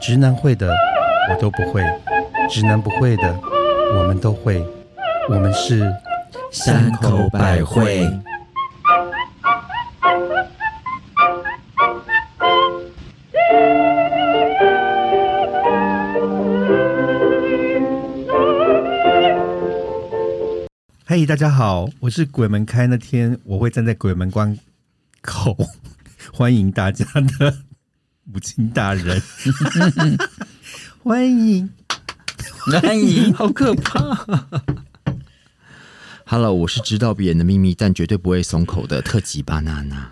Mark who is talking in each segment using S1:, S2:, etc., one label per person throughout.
S1: 直男会的我都不会，直男不会的我们都会，我们是
S2: 山口百惠。
S1: 嘿大家好，我是鬼门开那天我会站在鬼门关口 欢迎大家的母亲大人， 欢迎。
S2: 欢迎
S3: 好可怕！
S2: ，Hello，我是知道别人的秘密但绝对不会松口的特级巴娜娜。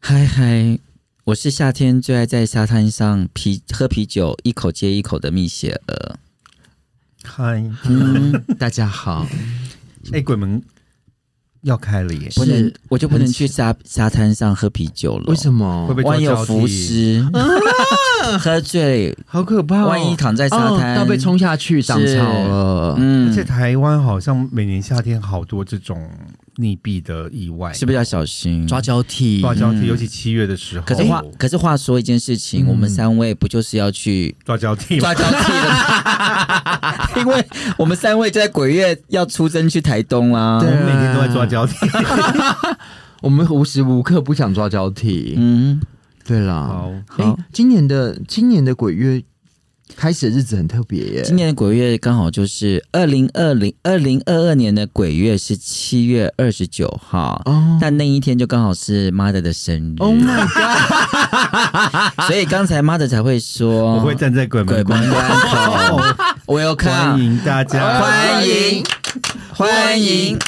S3: 嗨嗨，我是夏天最爱在沙滩上啤喝啤酒，一口接一口的蜜雪儿。
S1: 嗨，
S2: 嗯，大家好，
S1: 哎，鬼门要开了耶！
S3: 不能，我就不能
S2: 很
S3: 去沙沙滩上喝啤酒了。
S2: 为什？么？
S1: 会不会
S3: 万一有
S1: 交替
S3: 浮 尸，喝醉，
S2: 好可怕、哦？
S3: 万一躺在沙滩
S2: 哦要被冲下去涨
S3: 是
S2: 潮了。
S1: 而
S3: 嗯，
S1: 且台湾好像每年夏天好多这种溺毙的意外，
S3: 是不是要小心？
S2: 抓哦交替，
S1: 抓交替，尤其七月的时候。
S3: 嗯可是话，可是话说一件事
S2: 嗯
S3: 情，我们三位不就是要去
S1: 抓交替吗
S3: 抓交替了吗？ 因为我们三位就在鬼月要出征去台东啊。
S1: 我
S2: 对
S1: 们每天都在抓交替。
S2: 我们无时无刻不想抓交替。
S3: 嗯，
S2: 对啦
S1: 好，，
S2: 哎、
S3: 好
S2: 今年的今年的鬼月开始的日子很特别耶。
S3: 今年的鬼月刚好就是二零二零二零二二年的鬼月是七月二十九号，
S2: 哦
S3: 但那一天就刚好是 mother 的生日
S2: ，Oh my god！
S3: 所以刚才 mother 才会说
S1: 我会站在鬼
S3: 哦鬼
S1: 门
S3: 门
S1: 关
S3: 关口
S1: 欢
S3: ，welcome，
S1: 迎大家。
S3: 欢迎，欢迎，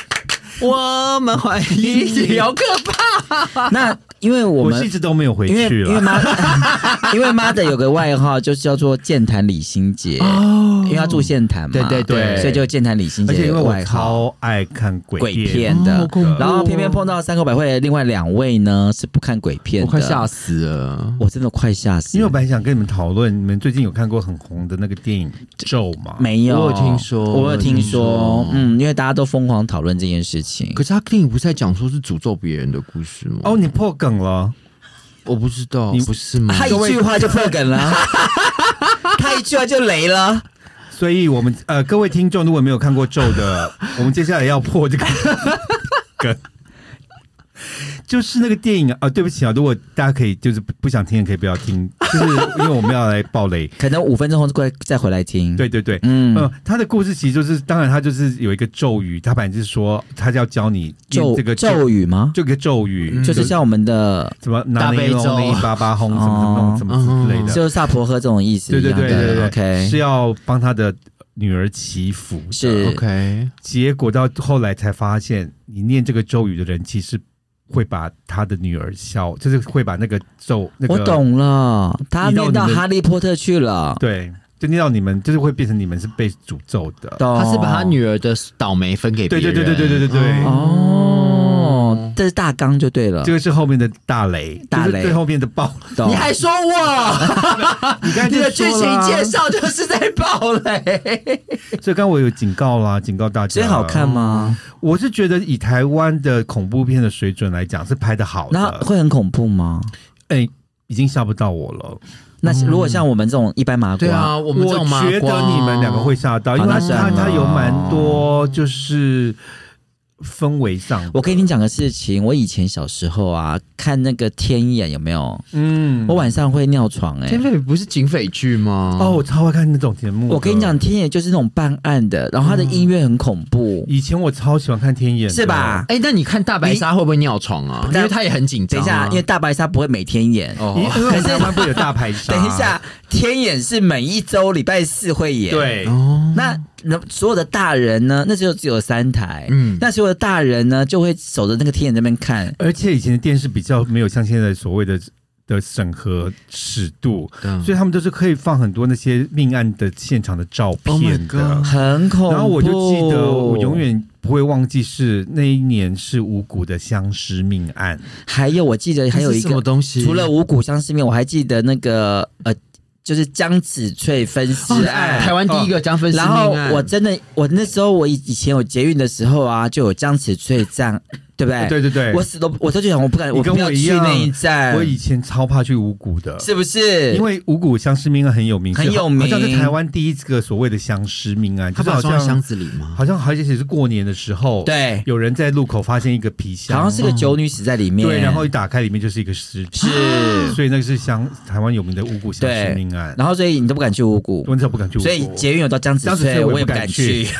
S3: 我们欢迎你，好可怕。 那因为我
S1: 我
S3: 们
S1: 是一直都没有回
S3: 因为
S1: 去
S3: 因为
S1: 了。
S3: 妈， 因为妈的有个外号就是叫做健谈李心洁，
S2: 哦
S3: 因为她住健谈嘛，
S2: 对对对
S3: 所以就健谈李心
S1: 而且
S3: 洁
S1: 因为
S3: 的
S1: 我
S3: 外号。
S1: 超爱看鬼
S3: 鬼
S1: 片，
S3: 片的
S2: 哦好恐怖哦，
S3: 然后偏偏碰到三口百惠的另外两位呢是不看鬼片
S2: 我
S3: 的，
S2: 快吓死了。
S3: 我真的快吓死
S1: 因为
S3: 了，
S1: 我本来想跟你们讨论，你们最近有看过很红的那个电影《咒》吗？
S3: 没有，
S2: 我有听说
S3: 我有听
S2: 我
S3: 说
S2: 有听说，
S3: 嗯，因为大家都疯狂讨论这件事情
S2: 可，是他电影不是在讲说是诅咒别人的故事吗？
S1: 哦，，你破梗了。
S2: 我不知道，
S1: 你
S2: 不是吗？
S3: 他一句话就破梗了，他一句话就雷了，
S1: 所以我们呃，各位听众如果没有看过《咒》 的，我们接下来要破这个梗，就是那个电影啊、呃对不起啊，如果大家可以就是不不想听，也可以不要听，就是因为我们要来爆雷。
S3: 可能五分钟后再过来再回来听，
S1: 对对对，
S3: 嗯
S1: 嗯、他的故事其实就是，当然他就是有一个咒语，他反正就是说他要教你
S3: 咒
S1: 这个嗯
S3: 咒语嗯吗？
S1: 这个咒语，
S3: 就是像我们的
S1: 什么
S2: 大
S1: 拿
S2: 悲
S1: 那
S2: 咒
S1: 一八八轰什么什么什么之类的，
S3: 就是萨婆诃这种意思
S1: 对
S3: 哦一
S1: 对
S3: 样的，
S1: 对对对
S3: o k
S1: 是要帮他的女儿祈福的，
S3: 是
S2: OK，
S1: 结果到后来才发现，你念这个咒语的人其实会把他的女儿消，就是会把那个咒那个
S3: 我，懂了，他念到哈利波特去了，
S1: 对，就念到你们就是会变成你们是被诅咒的。
S3: 懂？
S2: 他是把他女儿的倒霉分给别
S1: 对
S2: 人。
S1: 对对对对对对对，
S2: 嗯
S3: 哦，这是大纲就对了
S1: 这，个是后面的大雷，
S3: 大雷
S1: 就是最后面的爆。
S3: 懂
S2: 你？还说
S1: 哦
S2: 我？
S1: 你刚才
S2: 你的
S1: 就
S2: 剧
S1: 说
S2: 情
S1: 啦
S2: 介，绍就是在爆雷。
S1: 所以刚刚我有警告啦，警告大家。
S3: 所以好看？吗？
S1: 我是觉得以台湾的恐怖片的水准来讲，是拍的
S2: 哦
S1: 好
S3: 那
S1: 的。
S3: 会很恐怖吗？
S1: 哎，已经吓不到我了。
S3: 那如果像我们这种一般麻
S2: 对啊，
S3: 瓜，
S2: 我们这种麻瓜
S1: 觉得你们两个会吓到，因为
S3: 好啊
S1: 他
S3: 那算
S1: 他
S3: 了
S1: 他有蛮多就是氛围上的，
S3: 我跟你讲个事情，我以前小时候啊，看那个天眼有没有？
S1: 嗯
S3: 我晚上会尿床哎、
S2: 警匪不是警匪剧吗？
S1: 哦，，我超爱看那种节目。
S3: 我跟你讲，，天眼就是那种办案的，然后他的
S2: 嗯
S3: 音乐很恐怖，
S1: 以前我超喜欢看天眼，
S3: 是吧？？
S2: 哎，那你看大白鲨会不会尿床啊？
S3: 你
S2: 因为他也很紧
S3: 等
S2: 张
S3: 一
S2: 啊。
S3: 下，因为大白鲨不会每天演。
S2: 哦
S1: 因因为我们台湾不是有大排杀？
S3: 等一，下，天演是每一周礼拜四会演。，
S1: 对，
S2: 哦，
S3: 那那所有的大人呢？那时候只有三台，
S2: 嗯
S3: 那所有的大人呢就会守着那个天眼那边看。
S1: 而且以前的电视比较没有像现在所谓的。的审核尺度，
S2: 嗯
S1: 所以他们都是可以放很多那些命案的现场的照
S2: Oh my
S1: 片的。
S2: God
S3: 很恐怖，
S1: 然后我就记得，我永远不会忘记是那一年是五谷的相思命案，
S3: 还有，我记得还有
S2: 这
S3: 一
S2: 是什么
S3: 个，
S2: 东西？
S3: 除了五谷相思面，我还记得那个呃，就是江子翠分
S1: 哦
S3: 尸
S1: 哎
S3: 案，
S2: 台湾第一个江分尸命
S3: 然后
S2: 案
S3: 我真的，我那时候我以以前有捷运的时候啊，就有江子翠站对不对？
S1: 对对对，
S3: 我死都我都就想我不敢，
S1: 你跟
S3: 不要
S1: 我一
S3: 去
S1: 样
S3: 那一站，
S1: 我以前超怕去五谷的，
S3: 是不是？
S1: 因为五谷相思命案很有名，
S3: 很
S1: 是
S3: 有名
S1: 好像是台湾第一个所谓的相思命案，就
S2: 他
S1: 是
S2: 把
S1: 好
S2: 它装在箱
S1: 像
S2: 子里吗？
S1: 好像好像也是过年的时候，，
S3: 对，
S1: 有人在路口发现一个皮箱，
S3: 好像是个酒女死在里面，
S1: 对，然后一打开里面就是一个尸体，
S3: 是
S1: 所以那个是相台湾有名的五谷相思命案，
S3: 然后所以你都不敢去五谷，
S1: 我真的不敢去五谷，
S3: 所以捷运有到江子
S1: 江子
S3: 翠，
S1: 翠我也
S3: 我也
S1: 不
S3: 敢
S1: 敢去
S3: 去。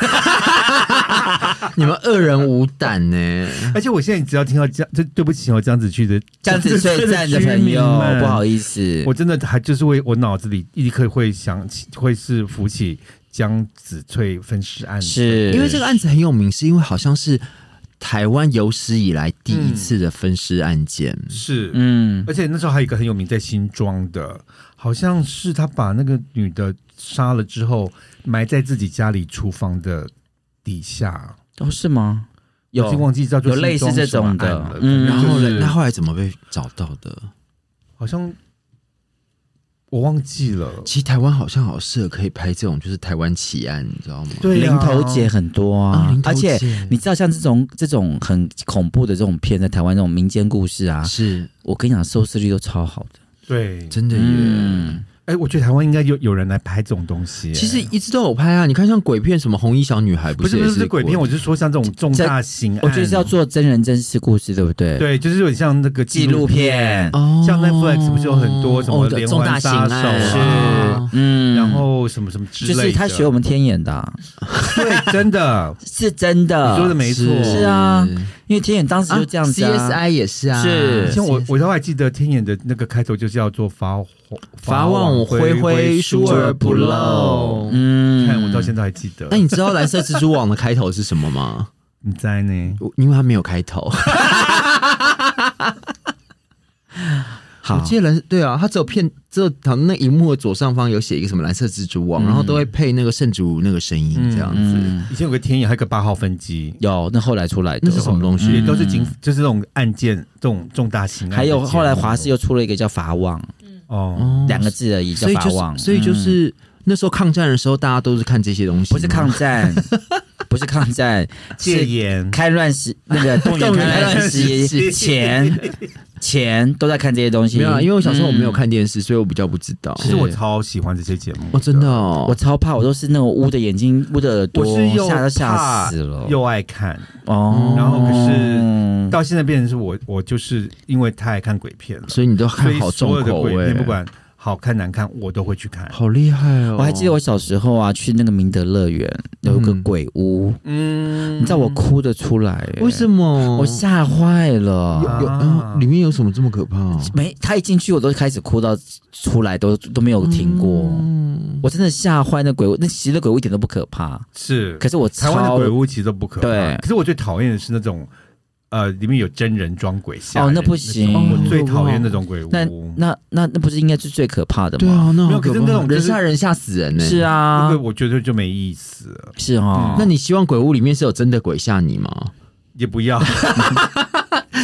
S2: 你们恶人无胆呢、
S1: 而且我现在只要听到江，这对不起哦，江子去的
S3: 江子翠站的
S1: 居
S3: 朋
S1: 民
S3: 友，
S1: 们
S3: 不好意思，
S1: 我真的还就是会，我脑子里立刻会想起，会是浮起江子翠分尸案，
S3: 是
S2: 因为这个案子很有名，是因为好像是台湾有史以来第一次的分尸案件。
S1: 是，
S3: 嗯，
S1: 而且那时候还有一个很有名在新庄的，好像是他把那个女的杀了之后，埋在自己家里厨房的底下，
S3: 哦是吗？有
S1: 我已经忘记叫做
S3: 有类似
S1: 新庄什么
S3: 这种的
S1: 案了
S3: 嗯
S2: 然
S1: 反正
S2: 后
S1: 就
S2: 呢
S1: 是？
S2: 那后来怎么被找到的？
S1: 好像我忘记了，
S2: 其实台湾好像好适合可以拍这种，就是台湾奇案，你知道吗？
S1: 对呀
S3: 零头姐很多啊，
S2: 零头
S3: 而且
S2: 姐
S3: 你知道像这种这种很恐怖的这种片，在台湾这种民间故事啊，
S2: 是
S3: 我跟你讲，收视率都超好的。
S1: 对，
S2: 真的耶。
S3: 嗯，
S1: 哎，我觉得台湾应该有有人来拍这种东西，
S2: 其实一直都有拍啊，你看像鬼片什么《红衣小女孩》，
S1: 不是
S2: 是
S1: 不
S2: 也
S1: 是是鬼片，我是说像这种重
S3: 这
S1: 大型案，
S3: 我觉得是要做真人真事故事，对不对？，
S1: 对，就是有点像那个
S3: 纪录片，
S2: 哦
S1: 像 Netflix 不是有很多什么
S2: 哦对
S1: 连
S2: 重大
S1: 环
S2: 刑
S1: 杀手
S2: 案
S1: 啊
S3: 嗯，
S1: 然后什么什么之类
S3: 就
S1: 的，
S3: 是他 学我们天眼的啊，
S1: 对，真的，
S3: 是真的，
S1: 你说的没错。
S2: 是
S3: 是啊，因为天眼当时就这样子啊
S2: CSI 也是 啊，
S3: 是
S1: 像我，我都还记得天眼的那个开头就是要做法
S2: 法网恢恢，疏而不漏。
S3: 嗯
S1: 看我到现在还记得。
S2: 那你知道蓝色蜘蛛网的开头是什么吗？
S1: 你在呢？
S2: 我因为它没有开 头。
S3: 好
S2: 我记得蓝对啊，它只有片，只有好像那荧幕的左上方有写一个什么蓝色蜘蛛网，然后都会配那个圣主那个声音这样子。
S3: 嗯，
S1: 以前有个天眼，还有个八号分机，
S3: 有那后来出来的
S2: 那是，什么东
S1: 也
S2: 西？
S1: 都是警，就是这种案件，这种重大刑案的
S3: 还
S1: 节目。
S3: 有后来华视嗯又出了一个叫法网，
S1: 哦，
S2: 哦
S3: 两个字而已，叫
S2: 所以
S3: 法
S2: 就
S3: 网，
S2: 是所以就是、那时候抗战的时候，大家都是看这些东西，
S3: 不是抗。 战，不是抗战，
S1: 戒
S3: 是
S1: 严，
S3: 开乱 时那个动员
S2: 动员
S3: 开乱
S1: 时期
S3: 时前前都在看这些东西，
S2: 没有啊，因为我小时候我没有
S3: 嗯。
S2: 看电视，所以我比较不知道。
S1: 其实我超喜欢这些节目，
S2: 哦，真的哦，
S3: 嗯我超怕，我都是那种捂着眼睛、捂着耳朵
S1: 我是，又
S3: 吓都吓
S1: 怕
S3: 死了。
S1: 又爱看，
S3: 哦，
S1: 然后可
S3: 嗯
S1: 是到现在变成是我，我就是因为太爱看鬼片了，
S2: 所以你都
S1: 所
S2: 看
S1: 以
S2: 好
S1: 所
S2: 重
S1: 有的
S2: 口
S1: 鬼
S2: 味，
S1: 片不管好看难看，我都会去看。
S2: 好厉害哦！
S3: 我还记得我小时候啊，去那个明德乐园有一个
S2: 嗯
S3: 鬼屋，
S1: 嗯，
S3: 你知道我哭得出来、欸，
S2: 为什么
S3: 我吓坏了。
S2: 有、
S1: 啊
S2: 嗯里面有什么这么可怕、
S3: 没，他一进去我都开始哭到出来都都没有停过，
S2: 嗯，
S3: 我真的吓坏那鬼屋。那其实那鬼屋一点都不可怕，
S1: 是
S3: 可是我
S1: 台
S3: 超
S1: 湾的鬼屋其实都不可怕，
S3: 对
S1: 可是我最讨厌的是那种呃，里面有真人装鬼吓人
S3: 哦，那不行。
S1: 种
S2: 哦
S1: 我最讨厌那种鬼屋。
S3: 那那那那不是应该是最可怕的
S2: 对
S3: 吗？
S2: 啊，那
S1: 没有
S2: 好
S1: 可是
S2: 怕
S1: 那种就
S2: 人
S1: 是
S2: 吓人吓死人呢、欸嗯
S3: 是，
S1: 那嗯
S3: 啊
S1: 个，我觉得就没意思了，
S3: 是哦。
S2: 那你希望鬼屋里面是有真的鬼吓你吗？
S1: 也不 要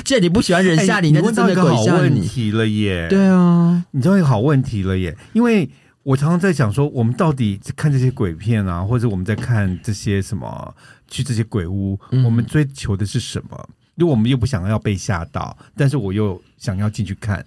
S2: 既然你不喜欢人吓
S1: 哎
S2: 你，那
S1: 问
S2: 是真
S1: 到一
S2: 的
S1: 个好
S2: 鬼吓
S1: 问
S2: 你。
S1: 题欸了耶。
S2: 对啊，
S1: 你知道一个好问题了耶，因为我常常在想说，我们到底看这些鬼片啊，或者我们在看这些什么，去这些鬼屋，
S2: 嗯
S1: 我们追求的是什么？因为我们又不想要被吓到，但是我又想要进去看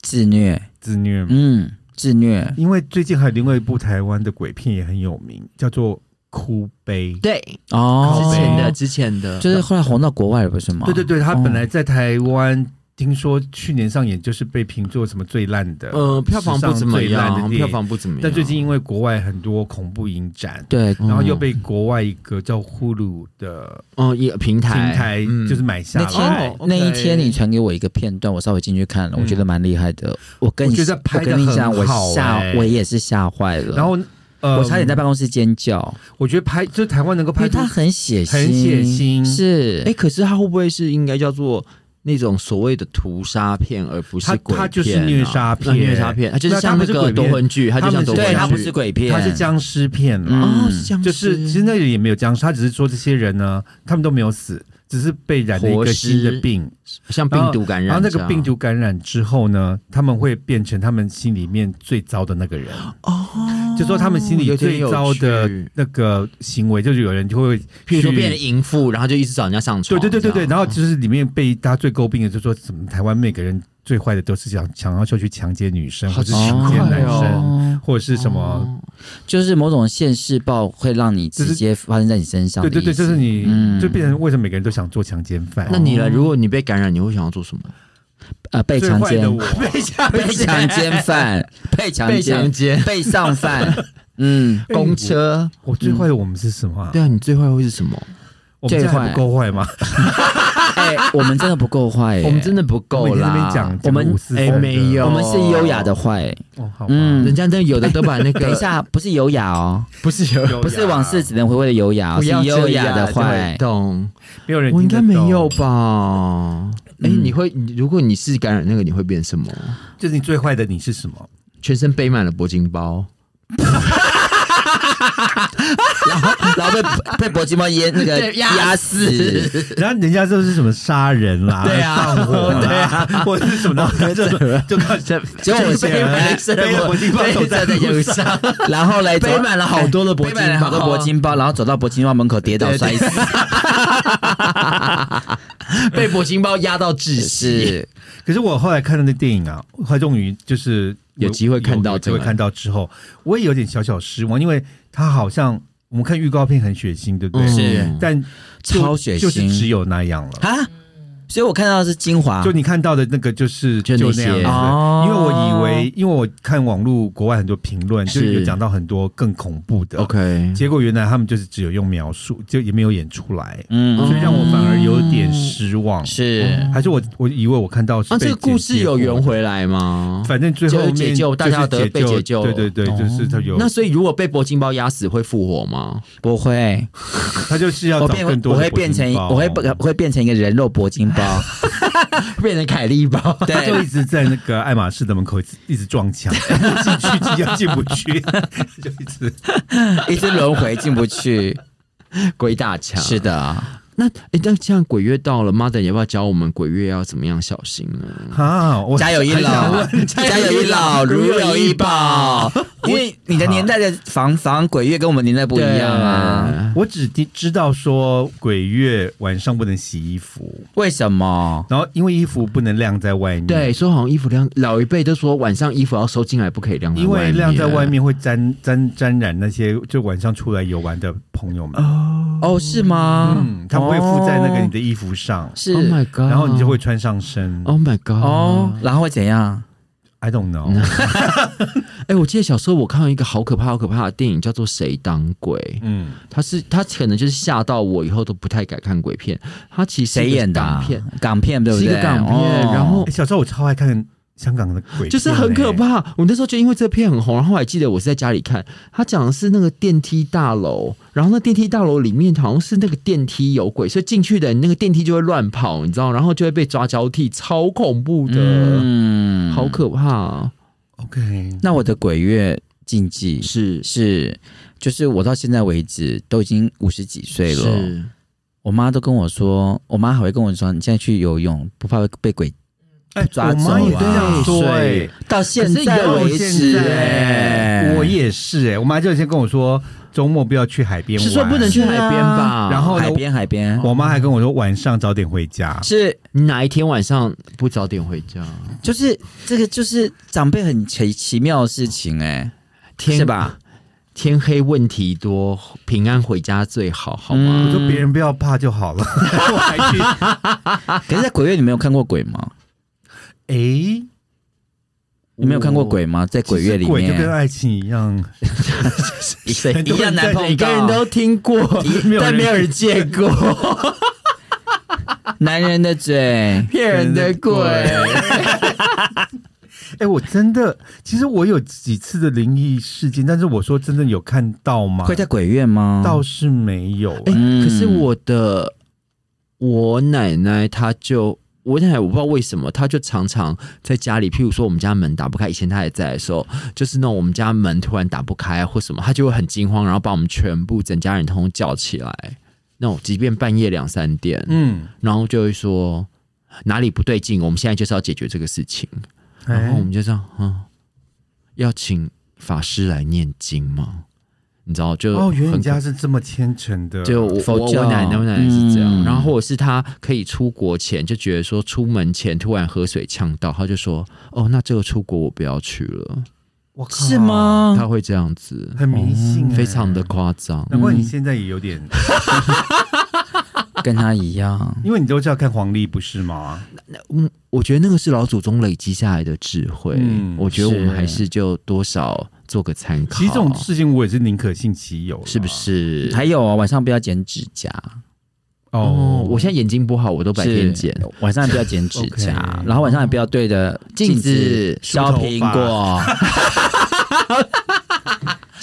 S3: 自虐，
S1: 自虐。
S3: 嗯，自虐，
S1: 因为最近还有另外一部台湾的鬼片也很有名，叫做《哭悲》。
S2: 对，
S3: 哦，
S2: 之前的之前的
S3: 就是后来红到国外了，不是吗？
S1: 对对对，他
S3: 哦
S1: 本来在台湾。听说去年上演就是被评作什么最烂的，
S3: 哦
S2: 呃，票房不怎么
S1: 史上最烂
S2: 样，
S1: 的电影
S2: 票房不怎么样。
S1: 但最近因为国外很多恐怖影展，
S3: 对
S2: 嗯
S1: 然后又被国外一个叫呼噜的
S2: 哦，也
S1: 平
S2: 平台
S1: 台
S2: 嗯
S1: 就是买下
S3: 那
S1: 来，
S3: 天
S2: 哦
S3: 那一
S2: OK
S3: 天你传给我一个片段，我稍微进去看了，我觉得蛮厉害的。我跟
S1: 嗯我
S3: 你
S1: 觉得拍
S3: 我
S1: 得
S3: 跟你讲，我
S1: 很好
S3: 吓
S1: 哎
S3: 我也是吓坏了，
S1: 然后呃，
S3: 我差点在，办公室尖叫，
S1: 我觉得拍就是台湾能够
S3: 因
S1: 拍
S3: 为
S1: 出
S3: 它很血腥，
S1: 很血腥
S3: 是
S2: 哎、可是它会不会是应该叫做那种所谓的屠杀片，而不是
S1: 它
S2: 鬼片、啊？
S1: 它就是虐杀片
S2: 那虐杀片，它就是
S1: 那它
S2: 像
S1: 不
S2: 那
S1: 是
S2: 个
S1: 鬼
S2: 夺
S1: 片
S2: 魂剧，它就
S1: 他
S2: 像
S1: 们
S2: 夺
S1: 是
S2: 魂
S3: 对，
S2: 剧，
S3: 它不是鬼片，
S1: 它是僵尸片
S3: 嗯
S1: 了，
S2: 哦，是僵尸，
S1: 就是其实那里也没有僵尸，他只是说这些人呢，他们都没有死，只是被染了一
S2: 活
S1: 个
S2: 尸
S1: 新的病，
S2: 像病毒感
S1: 然
S2: 染这样，
S1: 后那个病毒感染之后呢，他们会变成他们心里面最糟的那个人。
S2: 哦，
S1: 就说他们心里
S2: 有点
S1: 最
S2: 有
S1: 糟的
S2: 趣
S1: 那个行为，就是有人就会去，
S2: 譬如说变成淫妇，然后就一直找人家上
S1: 对
S2: 床，
S1: 对对对对，
S2: 这样
S1: 然后就是里面被大家最诟病的，就说怎么台湾每个人最坏的都是想想要就去强奸女生，
S2: 好
S1: 或者
S2: 奇
S1: 强奸
S2: 怪
S1: 男
S2: 哦
S1: 生，或者是什么，
S3: 就是某种现世报会让你直接发生在你身上的
S1: 对
S3: 意思。
S1: 对对，就是你
S3: 嗯
S1: 就变成为什么每个人都想做强奸犯？
S2: 那你呢？如果你被感染，你会想要做什么？
S3: 呃被
S1: 最
S3: 强
S1: 坏的
S3: 奸
S1: 我，
S2: 被 强
S3: 被强奸犯，被强
S2: 被强
S3: 奸，
S2: 奸，
S3: 被上犯。 嗯，
S2: 公车。
S1: 我最坏的我们是什么啊？
S2: 对啊，你最坏会是什么？
S1: 我们这样还不够坏吗？
S3: 哎，我们真的不够坏耶，
S2: 我们真的不
S1: 哎我
S2: 够
S1: 们在那边
S2: 啦。
S1: 讲
S3: 我们
S1: 讲五四三
S2: 哎
S1: 的
S2: 没有
S3: 我们是优雅的坏。
S1: 哦，好吧，
S3: 嗯
S2: 人家那有的都把 那个
S3: 等一下，不是优雅哦，
S2: 不是有
S1: 优雅
S3: 不是往事只能回味的优雅哦，
S2: 不
S3: 是
S2: 要
S3: 优
S2: 这
S3: 雅
S2: 样
S3: 的坏。
S2: 懂？
S1: 没有人
S2: 我应
S1: 听得
S2: 该没
S1: 懂
S2: 有吧？哎，你
S1: 嗯
S2: 会你如果你是感染那个，你会变什么？
S1: 就是你最坏的你是什么？
S2: 全身背满了铂金包，
S3: 然后被被铂金猫淹那个
S2: 对呃压
S3: 压死，
S1: 然后人家就是什么杀人啦，
S2: 对啊
S1: 放火啦，或者是什么的，就就看
S2: 这
S3: 结果我们现在
S1: 背了铂金包走 在
S2: 在
S1: 路
S2: 路上，
S3: 然后嘞，
S2: 背满了好多的铂
S3: 背满了
S2: 金
S3: 好多
S2: 包，
S3: 铂金包，然后走到铂金猫门口跌倒
S2: 对
S3: 摔
S2: 对
S3: 死，
S2: 被铂金包压到窒息。
S3: 是
S1: 可是我后来看到那电影啊，后来终于就是
S2: 有机会看到
S1: 有有机会
S2: 这个
S1: 看到之后，我也有点小小失望，因为他好像我们看预告片很血腥，对不对？
S2: 嗯
S3: 是
S1: 但就
S3: 超血腥
S1: 就是只有那样了。
S3: 啊，所以我看到的是精华，
S1: 就你看到的那个，就是
S2: 啊就
S1: 就
S2: 那
S1: 那
S2: 些
S1: 样子，
S3: 哦
S1: 因为我以为，因为我看网络国外很多评论，就是有讲到很多更恐怖的。
S2: OK，
S1: 结果原来他们就是只有用描述，就也没有演出来，
S3: 嗯
S1: 所以让我反而有点失望。
S3: 是
S1: 还是我我以为我看到是
S2: 啊，
S1: 被
S2: 这个故
S1: 剪
S2: 事
S1: 接过
S2: 有
S1: 的
S2: 圆回来吗？
S1: 反正最后面
S2: 就是解救大家
S1: 就是
S2: 得被解救哦
S1: 对对对，就是他有，
S2: 那所以如果被铂金包压死会复 活吗？
S3: 不会，
S1: 他就是要
S3: 我
S1: 找
S3: 变
S1: 更多
S3: 我
S1: 的
S3: 会
S1: 铂金包，
S3: 变成我会我会变成一个人肉铂金 包，
S2: 变成凯利包？
S1: 他就一
S3: 对，
S1: 直在那个爱马仕的门口一直一直撞 墙，进去进去进不去，就一直
S3: 一直轮回进不去，
S2: 鬼打墙
S3: 是的，
S2: 那哎，那这样鬼月到了，Mother 也要不要教我们鬼月要怎么样小心呢？
S1: 啊，我
S3: 家有一老，家有一老，如有一宝。因为你的年代的防防鬼月跟我们年代不一样啊，
S1: 我只知知道说鬼月晚上不能洗衣服，
S3: 为什么？
S1: 然后因为衣服不能晾在外面，
S2: 对，，说好像衣服晾，老一辈都说晚上衣服要收进来，不可以晾在
S1: 因为晾在外
S2: 面。
S1: 面会沾沾沾染那些就晚上出来游玩的朋友们，
S3: 哦，是吗？
S1: 嗯，他们会附在那
S2: 哦
S1: 个你的衣服上，
S2: Oh my
S3: 是
S2: god！
S1: 然后你就会穿上身。
S2: Oh my god！
S3: 哦，然后会怎样？
S1: I don't know，
S2: 嗯哎，我记得小时候我看到一个好可怕、好可怕的电影，叫做《谁当鬼》。
S1: 嗯，
S2: 他是他可能就是吓到我，以后都不太敢看鬼片。他其实是一
S3: 谁
S2: 个
S3: 演的啊
S2: 港片？，
S3: 港片对不
S2: 是
S3: 对？
S2: 一个港片
S3: 哦
S2: 然后
S1: 诶哎小时候我超爱看香港的鬼片欸，
S2: 就是很可怕。我那时候就因为这片很红，然后我还记得我是在家里看，他讲的是那个电梯大楼，然后那电梯大楼里面好像是那个电梯有鬼，所以进去的人那个电梯就会乱跑，你知道，然后就会被抓交替，超恐怖的，
S3: 嗯
S2: 好可怕、啊。
S1: OK，
S3: 那我的鬼月禁忌
S2: 是
S3: 是，就是我到现在为止都已经五十几岁了，
S2: 是
S3: 我妈都跟我说，我妈还会跟我说，你现在去游泳，不怕被鬼
S1: 哎
S3: 抓
S1: 我妈也
S3: 走啊
S1: 这样说哎、
S2: 对
S3: 到现在
S1: 到
S3: 为
S1: 现
S2: 哎
S3: 止，
S1: 在
S3: 哎
S1: 我也是哎、我妈就先跟我说周末不要去海边玩，
S2: 是说不能
S3: 啊
S2: 去海边吧？
S1: 然后呢
S3: 海边海边
S1: 我妈还跟我说晚上早点回家，
S3: 是
S2: 你哪一天晚上不早点回家？
S3: 就是这个就是长辈很奇奇妙的事情哎、
S2: 天
S3: 是吧？
S2: 天黑问题多，平安回家最好，好吗？
S3: 嗯
S1: 我说别人不要怕就好了。 我还去
S2: 啊
S3: 可是，在鬼月你没有看过鬼吗？
S1: 哎，
S3: 你没有看过鬼吗？在鬼月里
S1: 鬼就跟
S3: 面，
S1: 爱情一样，
S2: 谁
S1: 很多
S3: 一样
S1: 人
S3: 难
S1: 在
S3: 碰
S2: 每个人
S3: 到
S2: 都，听过，
S1: 没有人
S2: 但没有人见过。。
S3: 男人的嘴
S2: 骗人的鬼，
S1: 哎、我真的，其实我有几次的灵异事件，但是我说真的有看到吗？
S3: 会在鬼月吗？
S1: 倒是没有、
S2: 哎、
S1: 哎
S3: 嗯
S2: 可是我的我奶奶她就。我奶奶我不知道为什么，她就常常在家里，譬如说我们家门打不开，以前她还在的时候，就是那种我们家门突然打不开啊或什么，她就会很惊慌，然后把我们全部整家人通通叫起来，那种即便半夜两三点，
S1: 嗯，
S2: 然后就会说哪里不对劲，我们现在就是要解决这个事情，然后我
S1: 哎
S2: 们就这样，嗯，要请法师来念经吗？你知道，就
S1: 哦，原来
S2: 很
S1: 你
S2: 可
S1: 家是这么虔诚的，
S2: 就我
S3: 佛
S2: 我
S3: 教
S1: 啊
S2: 我奶奶我奶奶是这样，
S3: 嗯
S2: 然后或者是她可以出国前就觉得说出门前突然喝水呛到，她就说哦，那这个出国我不要去了，
S1: 我靠
S3: 是？吗？
S2: 她会这样子，
S1: 很迷信、欸
S2: 嗯非常的。嗯夸张。
S1: 难怪你现在也有点，
S3: 跟他一样，
S1: 因为你都知道看黄历不是吗？
S2: 嗯，我觉得那个是老祖宗累积下来的智慧，
S1: 嗯
S2: 我觉得我们
S3: 是
S2: 还是就多少做个参考。
S1: 其实这种事情我也是宁可信其有啦，
S2: 是不是？
S3: 还有啊，晚上不要剪指甲，
S2: 哦，
S1: 哦，
S2: 我现在眼睛不好，我都白天剪。
S3: 是，晚上也不要剪指甲
S1: OK，
S3: 然后晚上也不要对着
S2: 镜
S3: 镜
S2: 子
S3: 子削苹果，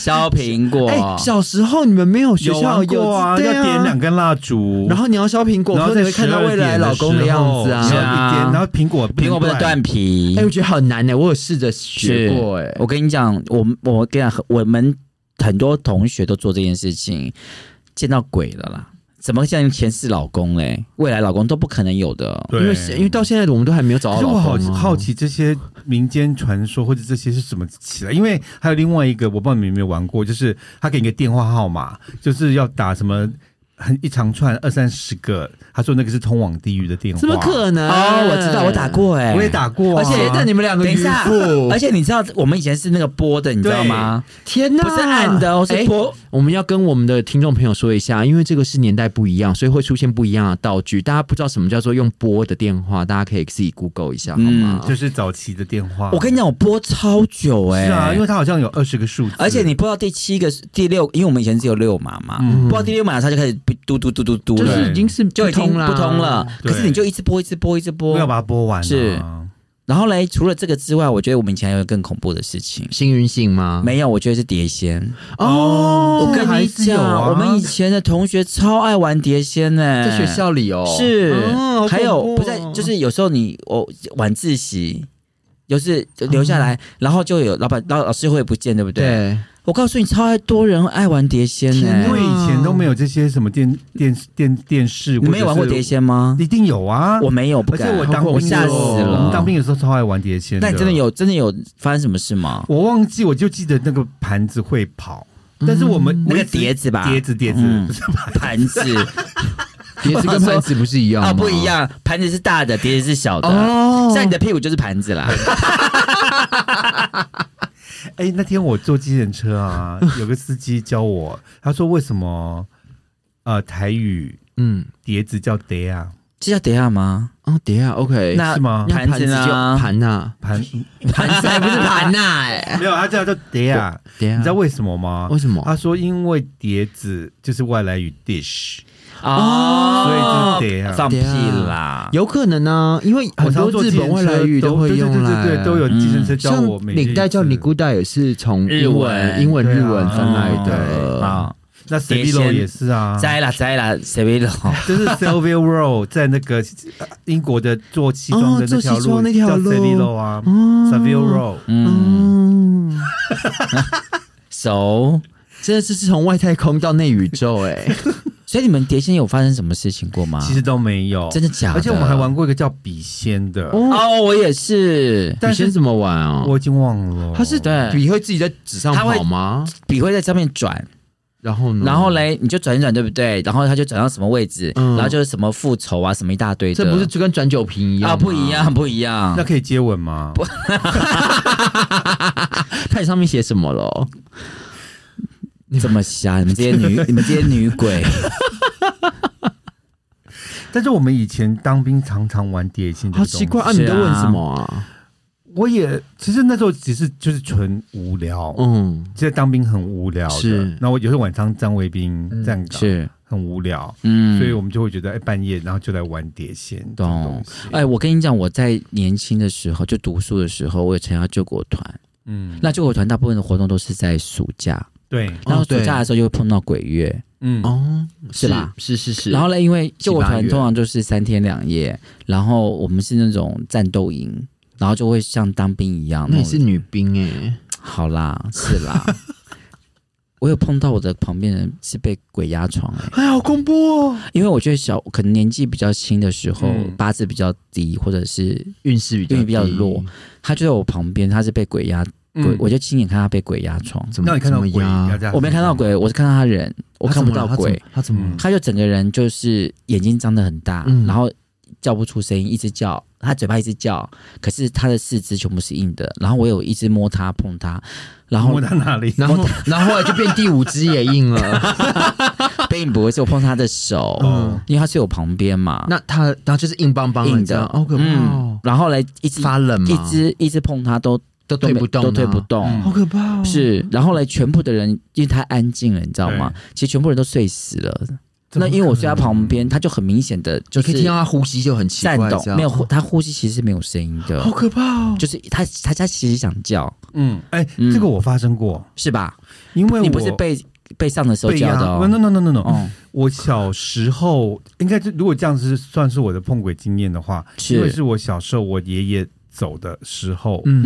S3: 削苹果
S2: 哎、，小时候你们没有学
S1: 有
S2: 校
S1: 玩过啊，
S2: 对
S1: 要点两根蜡烛，
S2: 然后你要削苹果，
S1: 然后
S2: 你
S1: 在
S2: 会看到未来老公的样子
S1: 12
S2: 啊。
S3: 是
S1: 点的时候
S3: 啊
S1: 然后一点，然后苹果
S3: 苹果不能断皮
S2: 哎、。我觉得好难呢、我有试着学
S3: 是
S2: 过哎、
S3: 我跟你讲，我我跟你讲，我们很多同学都做这件事情，见到鬼了啦！怎么像前世老公嘞？未来老公都不可能有的。
S1: 对，
S2: 因为因为到现在我们都还没有找
S1: 可
S2: 到
S1: 是
S2: 老
S1: 我好
S2: 公、啊。
S1: 好奇这些民间传说或者这些是怎么起来？因为还有另外一个，我不知道你们有没有玩过，就是他给你个电话号码，就是要打什么很一长串二三十个，他说那个是通往地狱的电话，
S2: 怎么可能？
S3: 哦，我知道，我打。过哎、
S1: 我也。打过、啊，
S2: 而且但你们两个
S3: 等
S2: 渔
S3: 一下呃
S2: 夫，
S3: 而且你知道，我们以前是那个播的，你知道吗？
S2: 天哪，
S3: 不是暗的哦，
S2: 哎
S3: 是播。
S2: 我们要跟我们的听众朋友说一下，因为这个是年代不一样，所以会出现不一样的道具。大家不知道什么叫做用拨的电话，大家可以自己 Google 一下好
S3: 嗯
S2: 吗？
S1: 就是早期的电话。
S3: 我跟你讲，我播超久哎、
S1: 是啊，因为它好像有二十个数字，
S3: 而且你播到第七个、第六，因为我们以前只有六码嘛，
S1: 嗯
S3: 播到第六码，它就开始嘟嘟嘟嘟嘟
S2: 就
S3: 了，
S2: 是已经是
S3: 就已经
S2: 啦
S3: 不通了。
S1: 对
S3: 可是你就一直播，一直播，一直
S1: 我
S3: 播
S1: 要。把它播完、啊，
S3: 是然后嘞，除了这个之外，我觉得我们以前还有更恐怖的事情。
S2: 幸运性吗？
S3: 没有，我觉得是碟仙。
S1: 啊哦
S2: 嗯
S3: 我跟
S1: 还
S3: 你
S1: 是有
S3: 讲，
S1: 啊
S3: 我们以前的同学超爱玩碟仙呢、
S2: 在学校里哦，
S3: 是，
S1: 啊
S2: 哦
S3: 还有不在，
S2: 是。
S3: 就是有时候你我晚自习，就是留下
S1: 嗯
S3: 来，然后就有老板老老师会不见，对不对？
S2: 对，
S3: 我告诉你，超爱多人爱玩碟仙呢、
S2: 天
S1: 因
S2: 哪
S1: 为以前都没有这些什么电电电电视，
S3: 你没有玩过碟，仙吗？
S1: 一定有啊。
S3: 我没有，不
S1: 而且
S3: 敢。
S1: 我当兵
S3: 我
S1: 的时
S3: 吓
S1: 候
S3: 死了。
S1: 我们当兵的时候超爱玩碟仙。
S3: 那你真的？有真的有发生什么事吗？
S1: 我忘记，我就记得那个盘子会跑，但是我们
S3: 嗯那
S1: 我
S3: 个
S1: 一直
S3: 碟子吧，
S1: 碟子碟子
S3: 嗯
S1: 不是盘
S3: 盘子
S2: 碟子跟盘子不是一样吗
S3: 啊不一样，盘子是大 的，碟子是小的。
S2: 哦。
S3: 像你的屁股就是盘子啦，
S1: 哎，那天我坐机人车 啊，有个司机教我，他说为什么呃台语
S2: 嗯
S1: 碟子叫碟啊，
S3: 这叫碟啊吗？
S2: 哦，碟啊，OK，
S3: 那
S1: 是吗？
S2: 那
S3: 盘子
S2: 就
S3: 呢
S2: 盘啊呐，
S1: 盘
S3: 盘子还不是盘呐， 哎，
S1: 没有，他叫叫碟啊，
S2: 碟啊，
S1: 你知道为什么啊吗？
S2: 为什么？
S1: 他说因为碟子就是外来语 dish，
S3: 哦，
S1: 所以就是碟啊
S3: 放屁
S2: 碟啊
S3: 啦，
S2: 有可能呢，因为很多
S1: 我常坐
S2: 日本外来语
S1: 计程车
S2: 会
S1: 对对
S2: 用来，
S1: 对对对，都有计程车教
S2: 像
S1: 我每日一次。
S2: 领带叫尼古带也是从
S3: 日
S2: 英
S3: 文
S2: 英文、
S1: 对啊
S2: 日文分来
S1: 对
S2: 的。哦
S3: 啊，
S1: 那 s e v i
S3: 碟
S1: l o
S3: 仙
S1: 也是啊，
S3: 摘啦摘啦，谁没懂？
S1: 就是 Sylvia Road 在那个呃英国的做西装的
S2: 哦
S1: 那条
S2: 做西装
S1: 路
S2: 那条
S1: 叫 s
S2: 路哦
S1: e v i l o 啊 s e v i l Road。
S3: 嗯，
S2: 嗯，
S3: 熟。
S2: 真的是是从外太空到内宇宙哎，
S3: 所以你们碟仙有发生什么事情过吗？
S1: 其实都没有，
S3: 真的假的？
S1: 而且我们还玩过一个叫笔仙的，
S2: 哦
S3: 哦，我也是，
S1: 但
S2: 你
S1: 是
S2: 先怎么玩啊？
S1: 我已经忘了。
S2: 它是
S3: 对
S2: 笔会自己在纸上
S3: 它会
S2: 跑吗？
S3: 笔会在上面转，
S2: 然后呢？
S3: 然后嘞，你就转一转，对不对？然后他就转到什么位置，
S2: 嗯
S3: 然后就是什么复仇啊，什么一大堆的。
S2: 这不是就跟转酒瓶一样
S3: 啊，
S2: 吗
S3: 不一。样，不一样
S1: 那。可以接吻吗？
S2: 看你上面写什么了？
S3: 这么 瞎，你们这些女，你们这些女鬼，
S1: 但是我们以前当兵常常玩碟仙，
S2: 好奇怪啊！
S3: 是啊
S2: 你在问什么啊？
S1: 我也其实那时候只是就是纯无聊，
S2: 嗯，
S1: 其实当兵很无聊的。
S2: 是
S1: 然后有时候晚上站卫兵站岗、
S3: 嗯是，
S1: 很无聊，
S3: 嗯
S1: 所以我们就会觉得哎、半夜然后就来玩碟仙这种东西。
S3: 哎，我跟你讲，我在年轻的时候，就读书的时候，我也参加救国团。
S1: 嗯，
S3: 那救国团大部分的活动都是在暑假，
S1: 对，
S2: 哦
S3: 然后暑
S2: 对
S3: 假的时候就会碰到鬼月。
S1: 嗯，
S2: 哦，
S3: 是吧？
S2: 是是是。
S3: 然后嘞，因为救国
S2: 七八
S3: 团
S2: 月
S3: 通常就是三天两夜，然后我们是那种战斗营，然后就会像当兵一样。
S2: 那
S3: 那
S2: 你
S3: 种
S2: 是女兵哎，
S3: 好啦，是 啦。我有碰到我的旁边人是被鬼压床、欸，
S2: 哎，好恐怖哦！
S3: 因为我觉得小可能年纪比较轻的时候，
S1: 嗯
S3: 八字比较低，或者是
S2: 运势比较
S3: 运
S2: 低
S3: 比较弱，他就在我旁边，他是被鬼压
S2: 嗯
S3: 鬼，我就亲眼看他被鬼压床。
S2: 怎
S1: 嗯那
S2: 么
S1: 你看
S2: 怎
S1: 到
S2: 么
S1: 鬼？
S2: 压？
S3: 我没看到，鬼，我是看到他人，我看不到鬼。
S2: 他怎么了？
S3: 他就整个人就是眼睛张得很大，
S2: 嗯
S3: 然后叫不出声音，一直叫，他嘴巴一直叫，可是他的四肢全部是硬的。然后我有一直摸他碰他，然后
S1: 摸到哪里？
S2: 他怎么了然后， 然后后来就变第五只也硬了。
S3: 背影不会是我碰他的 手，
S1: 嗯
S3: 因为他睡我旁边嘛，
S2: 那他，然后就是硬邦邦
S3: 硬
S2: 这
S3: 的
S2: 样，好可怕
S3: 嗯
S2: 哦，，
S3: 然后来一直
S2: 发冷吗？
S3: 一直一直碰他都都
S2: 都推
S3: 没
S2: 不动，
S3: 都推不，
S1: 嗯
S3: 动。
S2: 好可怕哦。
S3: 是，然后来全部的人，因为太安静了，你知道吗？其实全部人都睡死了。那因为我睡他旁边，他就很明显的就
S2: 你可以
S3: 是
S2: 听到他呼吸就很奇
S3: 颤
S2: 怪，
S3: 抖
S2: 这，样
S3: 没有
S1: 哦
S3: 呼，他呼吸其实是没有声音的
S2: 好。可怕哦。
S3: 就是他他他其实想叫，
S1: 嗯，哎，
S3: 嗯
S1: 这个我发生过，
S3: 是吧？
S1: 因为我
S3: 你不是被被上的时候
S1: 被
S3: 叫
S1: 压
S3: 的哦。
S1: ？No No No No No，
S3: 哦，
S1: 我小时候应该是，如果这样子算是我的碰鬼经验的话，
S3: 是
S1: 因为是我小时候我爷爷走的时候，
S2: 嗯，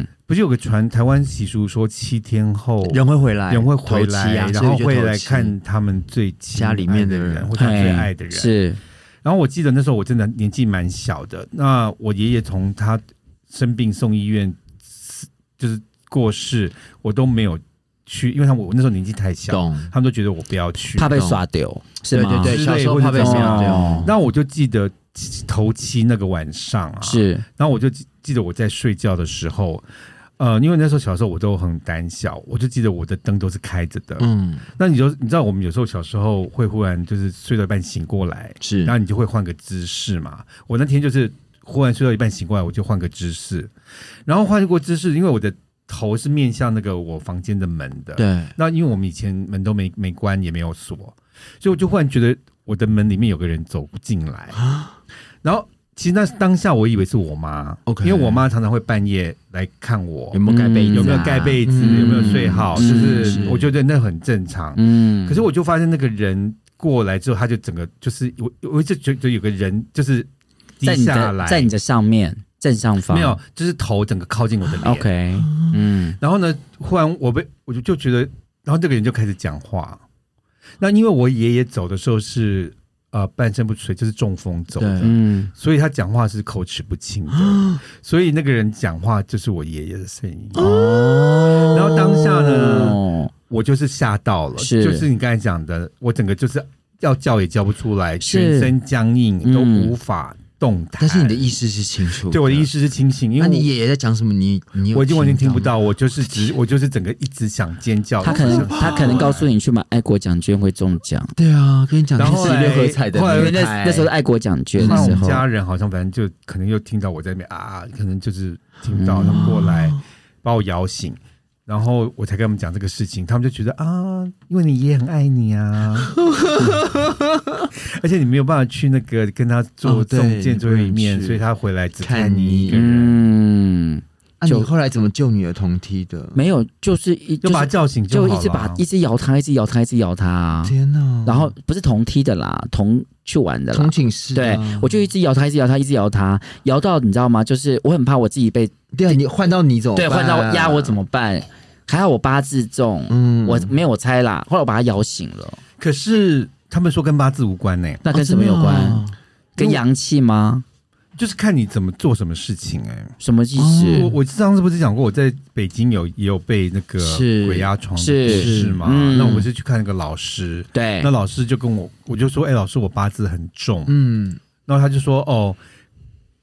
S3: 嗯，
S1: 不是有个传台湾习俗说七天后
S2: 人会回来，
S1: 人会回
S2: 头
S1: 来，
S2: 七啊
S1: 然
S2: 所以
S1: 后
S2: 就
S1: 会
S2: 头
S1: 来
S2: 七
S1: 看他们最亲爱
S2: 家里面的
S1: 的
S2: 人哎
S1: 或者最爱的
S3: 嘿
S1: 人。
S3: 哎是，
S1: 然后我记得那时候我真的年纪蛮小的，那我爷爷从他生病送医院，就是过世，我都没有去，因为他们我那时候年纪太小，
S2: 懂？
S1: 他们都觉得我不要去。
S3: 怕被耍丢，是
S2: 对
S3: 吗？
S2: 对
S1: 之类
S2: 对，小时候
S1: 或者
S2: 怕被
S1: 怎
S2: 吓
S1: 么
S3: 样
S2: 掉，
S1: 那我就记得头七那个晚上啊，，
S3: 是，
S1: 然后我就记记得我在睡觉的时候。呃，因为那时候小时候我都很胆小，我就记得我的灯都是开着的。
S2: 嗯，
S1: 那你就你知道，我们有时候小时候会忽然就是睡到一半醒过来，
S2: 是
S1: 然后你就会换个姿势嘛。我那天就是忽然睡到一半醒过来，我就换个姿势，然后换过姿势，因为我的头是面向那个我房间的门的。，
S2: 对，
S1: 那因为我们以前门都没没关，也没有锁，所以我就忽然觉得我的门里面有个人走进来，
S2: 啊
S1: 然后。其实那当下我以为是我妈
S2: OK
S1: 因为我妈常常会半夜来看我
S2: 有没有盖被子啊？
S1: 有没有盖被子，
S2: 嗯
S1: 有没有睡好，
S3: 嗯
S1: 就是
S2: 是
S1: 我觉得那很正常。
S3: 嗯，
S1: 可是我就发现那个人过来之后，他就整个就是我我一直觉得有个人就是低
S3: 在你
S1: 下
S3: 的
S1: 来，
S3: 在你的上面正上方
S1: 没有，就是头整个靠近我的脸。
S3: ？OK，嗯，
S1: 然后呢，忽然我被我就就觉得，然后这个人就开始讲话。那因为我爷爷走的时候是呃半身不遂，就是中风走的
S2: 对，
S3: 嗯，
S1: 所以他讲话是口齿不清 的，所以那个人讲话就是我爷爷的声音。
S3: 哦
S1: 然后当下呢
S3: 哦
S1: 我就是吓到了，
S3: 是
S1: 就是你刚才讲的，我整个就是要叫也叫不出来，
S3: 是
S1: 全身僵硬，
S3: 嗯
S1: 都无法动弹。
S2: 但是你的意识是清楚，
S1: 对我的意，识是清醒，因
S2: 那
S1: 为
S2: 你爷爷在讲什么？你你有
S1: 我我已经完全听不
S2: 到吗。
S1: 到，我就是只我就是整个一直想尖叫。啊
S3: 他可能他可能告诉你去买爱国奖券会中奖，
S2: 对啊，跟你讲，
S1: 然后
S2: 这是啊
S1: 嘞
S2: 六合彩的
S1: 后来
S2: 名
S3: 因
S2: 牌，
S3: 为那那时候是爱国奖券
S1: 后
S3: 的
S1: 哎来我
S3: 时
S1: 们
S3: 候，
S1: 家人好像反正就可能又听到我在那边啊，可能就是听到他们过来
S3: 嗯
S1: 把我摇醒，然后我才跟他们讲这个事情，他们就觉得啊，因为你爷爷很爱你 啊，而且你没有办法去那个跟他做
S2: 哦对
S1: 中见最后一面，
S2: 你不能去
S1: 所以他回来只
S2: 看
S1: 看你一个人，
S3: 嗯，
S2: 啊，
S3: 就
S2: 你后来怎么救女儿童梯的？
S3: 没有，就是一
S1: 就把他
S3: 是
S1: 叫醒
S3: 就
S1: 好了啊
S3: 一直把一直摇他，一直摇他，一直摇他啊，
S2: 天哪！
S3: 然后不是同梯的啦，同去玩的啦
S2: 同。寝室
S3: 对
S2: 啊，，
S3: 我就一直摇他，一直摇他，一直摇他，摇到你知道吗？就是我很怕我自己被
S2: 对啊，你换到你怎么
S3: 对
S2: 办？
S3: 换到压我怎么办？还好我八字重，
S2: 嗯
S3: 我没有我猜啦。后来我把他摇醒了，
S1: 可是他们说跟八字无关呢、
S3: 那跟什么有
S2: 哦
S3: 关？
S1: 啊
S3: 跟阳气吗？
S1: 就是看你怎么做什么事情哎、
S3: 什么意
S1: 我
S3: 思？
S1: 我上次不是讲过，我在北京有也有被那个
S3: 是
S1: 鬼压床的
S3: 是
S1: 故事嘛？
S3: 嗯哎
S1: 那我是去看那个老师，
S3: 对
S1: 那，老师就跟我，我就说，哎、老师，我八字很重。
S2: 嗯，
S1: 然后他就说，哦，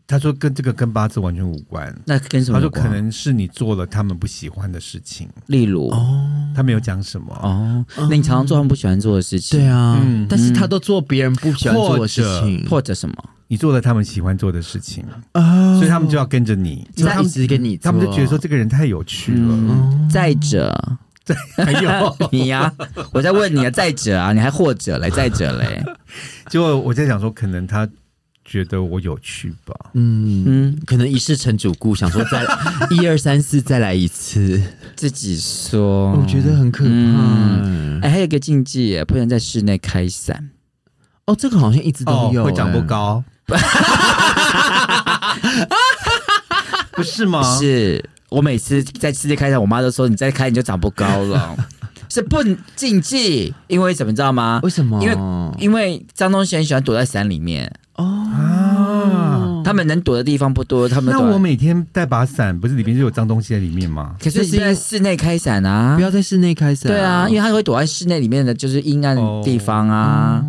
S1: 他说跟这个跟八字完全无关。
S3: 那跟什么
S1: 他
S3: 有
S1: 说可
S3: 关？
S1: 能是你做了他们不喜欢的事情，
S3: 例如
S2: 哦，
S1: 他没有讲什么。
S3: 嗯哦，那你常常做他们不喜欢做的事情，
S2: 对啊
S1: 嗯，
S2: 但是他都做别人不喜欢做的事情，
S3: 或者什么？
S1: 你做了他们喜欢做的事情，
S3: 哦
S2: 啊
S1: 所以他们就要跟着你。
S2: 因为他们只跟你做，
S1: 他们就觉得说这个人太有趣了。
S3: 嗯，再者，
S1: 还有，
S3: 你呀、我在问你啊，再者啊，你还或者嘞，再者嘞，
S1: 结果我在想说，可能他觉得我有趣吧。
S2: 嗯。
S3: 嗯，
S2: 可能一世成主顾，想说再 一二三四再来一次，
S3: 自己说，
S2: 我觉得。很可怕。
S3: 哎，还有一个禁忌耶，不能在室内开伞。
S2: 哦，这个好像一直都
S3: 哦
S2: 有，
S1: 会长
S2: 哎
S1: 不。 高，不是吗？
S3: 是我每次在室内开伞，我妈都说你再开你就长不高了，是不禁忌。因为怎么知道吗
S2: 为？什么？
S3: 因为张东贤喜欢躲在伞里面，
S2: 哦，
S3: 他们能躲的地方不多，他们
S1: 那
S3: 躲
S1: 我。每天带把伞，不是里面就有脏东西在里面吗？
S3: 可是
S2: 就是是因
S3: 在
S2: 为
S3: 室内开伞啊
S2: 不，要在室内开伞、
S3: 对啊，因为他会躲在室内里面的就是阴暗的地方
S2: 哦
S3: 啊，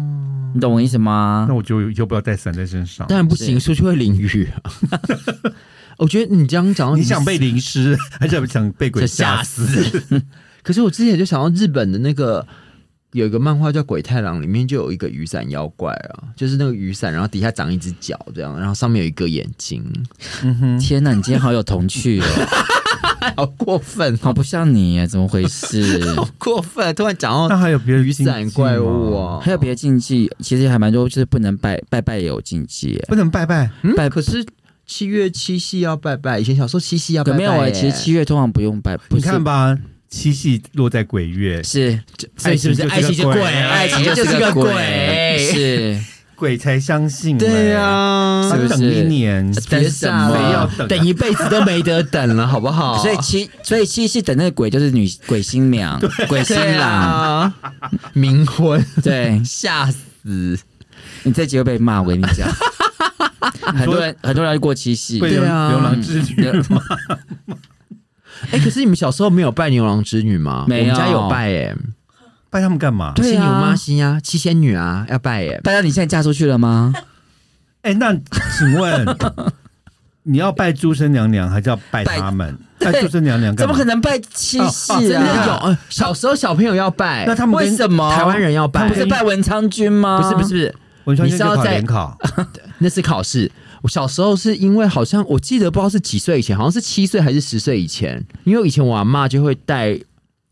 S3: 你懂我意思吗
S1: 那？我就以后不要带伞在身上
S2: 当。然不行，出去会淋雨啊。 我觉得你这样讲到，
S1: 你想被淋湿， 还是想被鬼吓
S2: 吓
S1: 死？
S2: 死。可是我之前就想到日本的那个有一个漫画叫《鬼太郎》，里面就有一个雨伞妖怪啊，就是那个雨伞，然后底下长一只脚这样，然后上面有一个眼睛，
S3: 天哪，你今天好有童趣 哦，
S2: 哎好过分，
S3: 好不像你耶，怎么回事？
S2: 好过分！突然讲
S1: 那
S2: 到
S1: 还有别的
S2: 雨伞怪物
S1: 啊？
S2: 啊，
S3: 还有别的禁忌，其实还蛮多，就是不能拜拜拜也有禁忌耶。
S1: 不能拜拜，
S2: 嗯
S3: 拜
S2: 可是七月七夕要拜拜，以前小时候七夕要拜
S3: 可
S2: 拜、
S3: 没有哎、
S2: 哎，
S3: 其实七月通常不用拜，不
S1: 你
S3: 是
S1: 看吧，七夕落在鬼月，
S3: 是哎
S2: 所以是不是
S1: 爱
S2: 爱
S1: 情
S2: 情
S1: 就是
S2: 就
S1: 个
S2: 鬼，
S1: 鬼
S2: 爱情就是个鬼，
S3: 是
S1: 鬼才相信、
S2: 对呀、
S1: 啊，
S3: 是不
S1: 要
S3: 是
S1: 等一年，
S3: 等什么
S1: 谁要等啊
S2: 等一辈子都没得等了，好不好？
S3: 所以七，所以七夕等那个鬼就是女鬼新娘、鬼新
S2: 对
S3: 郎，
S2: 啊，冥婚，
S3: 对
S2: 吓死！
S3: 你这集会被骂，我跟你 讲，很多人很多人要过七夕，
S1: 会
S2: 对
S1: 流
S2: 啊
S1: 流浪之旅了吗？
S2: 哎、可是你们小时候没有拜牛郎织女吗？
S3: 没有
S2: 我们家有拜哎、
S1: 拜他们干嘛？
S3: 对啊
S2: 七牛妈星啊，七仙女啊，要拜哎、
S3: 大家你现在嫁出去了吗？
S1: 哎、那请 问你要拜诸生娘娘，还是要拜他们？拜诸生娘娘
S3: 怎
S1: 干
S3: 么
S1: 嘛？
S3: 可能拜七
S1: 哦哦
S3: 夕
S1: 真的
S3: 啊？
S2: 有，呃小时候小朋友要拜，
S1: 那他们跟
S3: 为什么
S2: 台湾人要
S3: 他
S2: 拜
S3: 不？是拜文昌君吗？
S2: 不是不是不，是，
S1: 文昌
S2: 你
S1: 君
S2: 是
S1: 就
S2: 要
S1: 考
S2: 在
S1: 联 考，
S2: 那是考试。我小时候是因为好像我记得不知道是几岁以前，好像是七岁还是十岁以前，因为以前我阿妈就会带，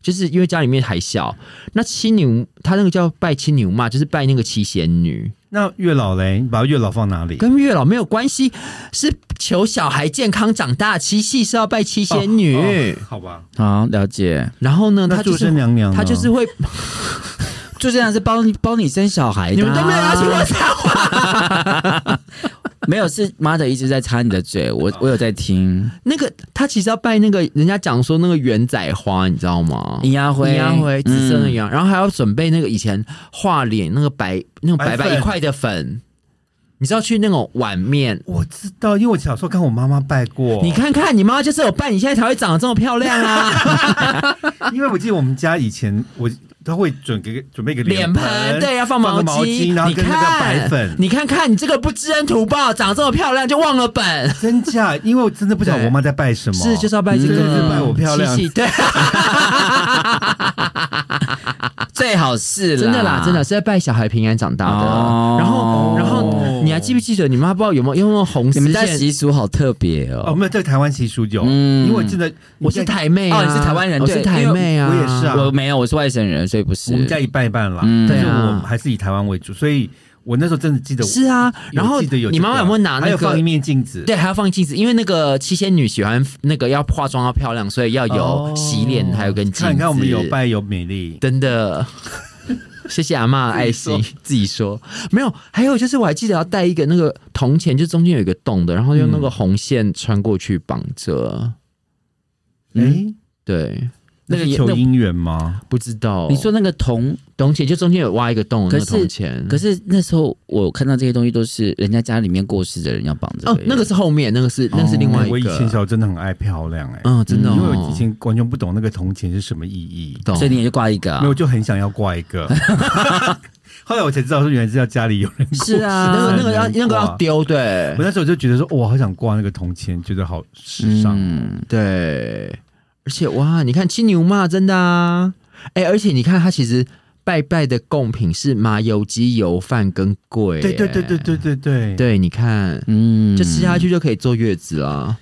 S2: 就是因为家里面还小，那七牛她那个叫拜七牛嘛，就是拜那个七仙女，
S1: 那月老嘞？你把月老放哪里？
S2: 跟月老没有关系，是求小孩健康长大，七夕是要拜七仙女，
S1: 哦哦好吧？
S3: 好了解，
S2: 然后呢，
S1: 那
S2: 她就
S1: 诸
S2: 是
S1: 生娘娘呢，哎
S2: 她就是会，
S3: 就这样是帮帮你生小孩的啊，
S2: 你们都没有要听我讲，
S3: 没有是妈的一直在插你的嘴，
S2: 哦
S3: 我我有在听，
S2: 那个她其实要拜那个人家讲说那个圆仔花，你知道吗？
S3: 银牙灰，
S2: 哦银牙灰，紫色的
S3: 嗯
S2: 羊，然后还要准备那个以前画脸那个白那种
S1: 白
S2: 白白
S1: 粉
S2: 一块的粉，你知道去那种碗面。
S1: 我知道，因为我小时候看我妈妈拜过。
S2: 你，看看，你妈就是有扮，你现在才会长得这么漂亮啊！
S1: 因为我记得我们家以前我她会准给准备一个
S2: 脸
S1: 盆，
S2: 盆对，要放
S1: 放个
S2: 毛
S1: 毛巾然后
S2: 你
S1: 跟
S2: 看，
S1: 那个白粉
S2: 你看看，你这个不知恩图报，长这么漂亮就忘了本，
S1: 真假？因为我真的不知道
S2: 对
S1: 我妈在拜什么，
S2: 是就是要拜这
S1: 真的是
S2: 个
S1: 拜我漂亮
S2: 七夕 对，
S3: 最好是啦
S2: 真的啦，真的是在拜小孩平安长大的。
S3: 哦
S2: 然后，然后你还记不记得你妈不知道有没有有没有红
S3: 你
S2: 丝
S3: 们家
S2: 线？
S3: 习俗好特别
S1: 哦，
S3: 哦。
S1: 没有，在台湾习俗有，
S3: 嗯
S1: 因为我记得
S2: 我是台妹啊，
S3: 哦你是台湾人
S2: 我是
S3: 对
S2: 台妹啊，
S1: 因为我也是啊
S3: 我没有，我是外省人，所以不是。
S1: 我们家一半一半啦，
S3: 嗯
S1: 但是
S2: 对
S1: 我
S2: 啊
S1: 还是以台湾为主，所以我那时候真的记得
S2: 是啊，
S1: 有
S2: 然后
S1: 记得有这个
S2: 你妈妈有没有拿
S1: 还
S2: 那
S1: 有放一
S2: 个？
S1: 面镜子，
S2: 对，还要放镜子，因为那个七仙女喜欢那个要化妆要漂亮，所以要
S1: 哦
S2: 有洗脸，还有跟镜子。
S1: 看你看我们有拜有美丽，
S2: 真的，谢谢阿妈的爱心，自己说没有。还有就是我还记得要带一个那个铜钱，就中间有一个洞的，然后用那个红线穿过去绑着。
S1: 哎
S3: 嗯，
S2: 对，
S1: 那是
S3: 那个也
S1: 求
S3: 那
S1: 姻缘吗？
S2: 不知道
S3: 你说那个铜，
S2: 铜钱就中间有挖一个洞，
S3: 可
S2: 那
S3: 是
S2: 个铜钱，
S3: 可是那时候我看到这些东西都是人家家里面过世的人要绑着。
S2: 哦，那个是后面，那个是那个是另外一个。
S1: 我以前小时候真的很爱漂亮，哎，
S2: 嗯，真的、哦，
S1: 因为我以前完全不懂那个铜钱是什么意义，
S2: 懂，
S3: 所以你也就挂一个、啊
S1: 没有，我就很想要挂一 个。后来我才知道说，原来是要家里有人过世
S3: 是啊
S2: 那个那个要
S1: 才能
S2: 那个要
S1: 挂
S2: 丢，对
S1: 我那时候就觉得说，我好想挂那个铜钱，觉得好时尚。
S3: 嗯，
S2: 对，而且哇，你看七牛嘛，真的啊，哎、而且你看它其实拜拜的贡品是麻油鸡、油饭跟桂、
S1: 对对对对对对对，
S2: 对，你看。
S3: 嗯，
S2: 就吃下。去就可以坐月子啦，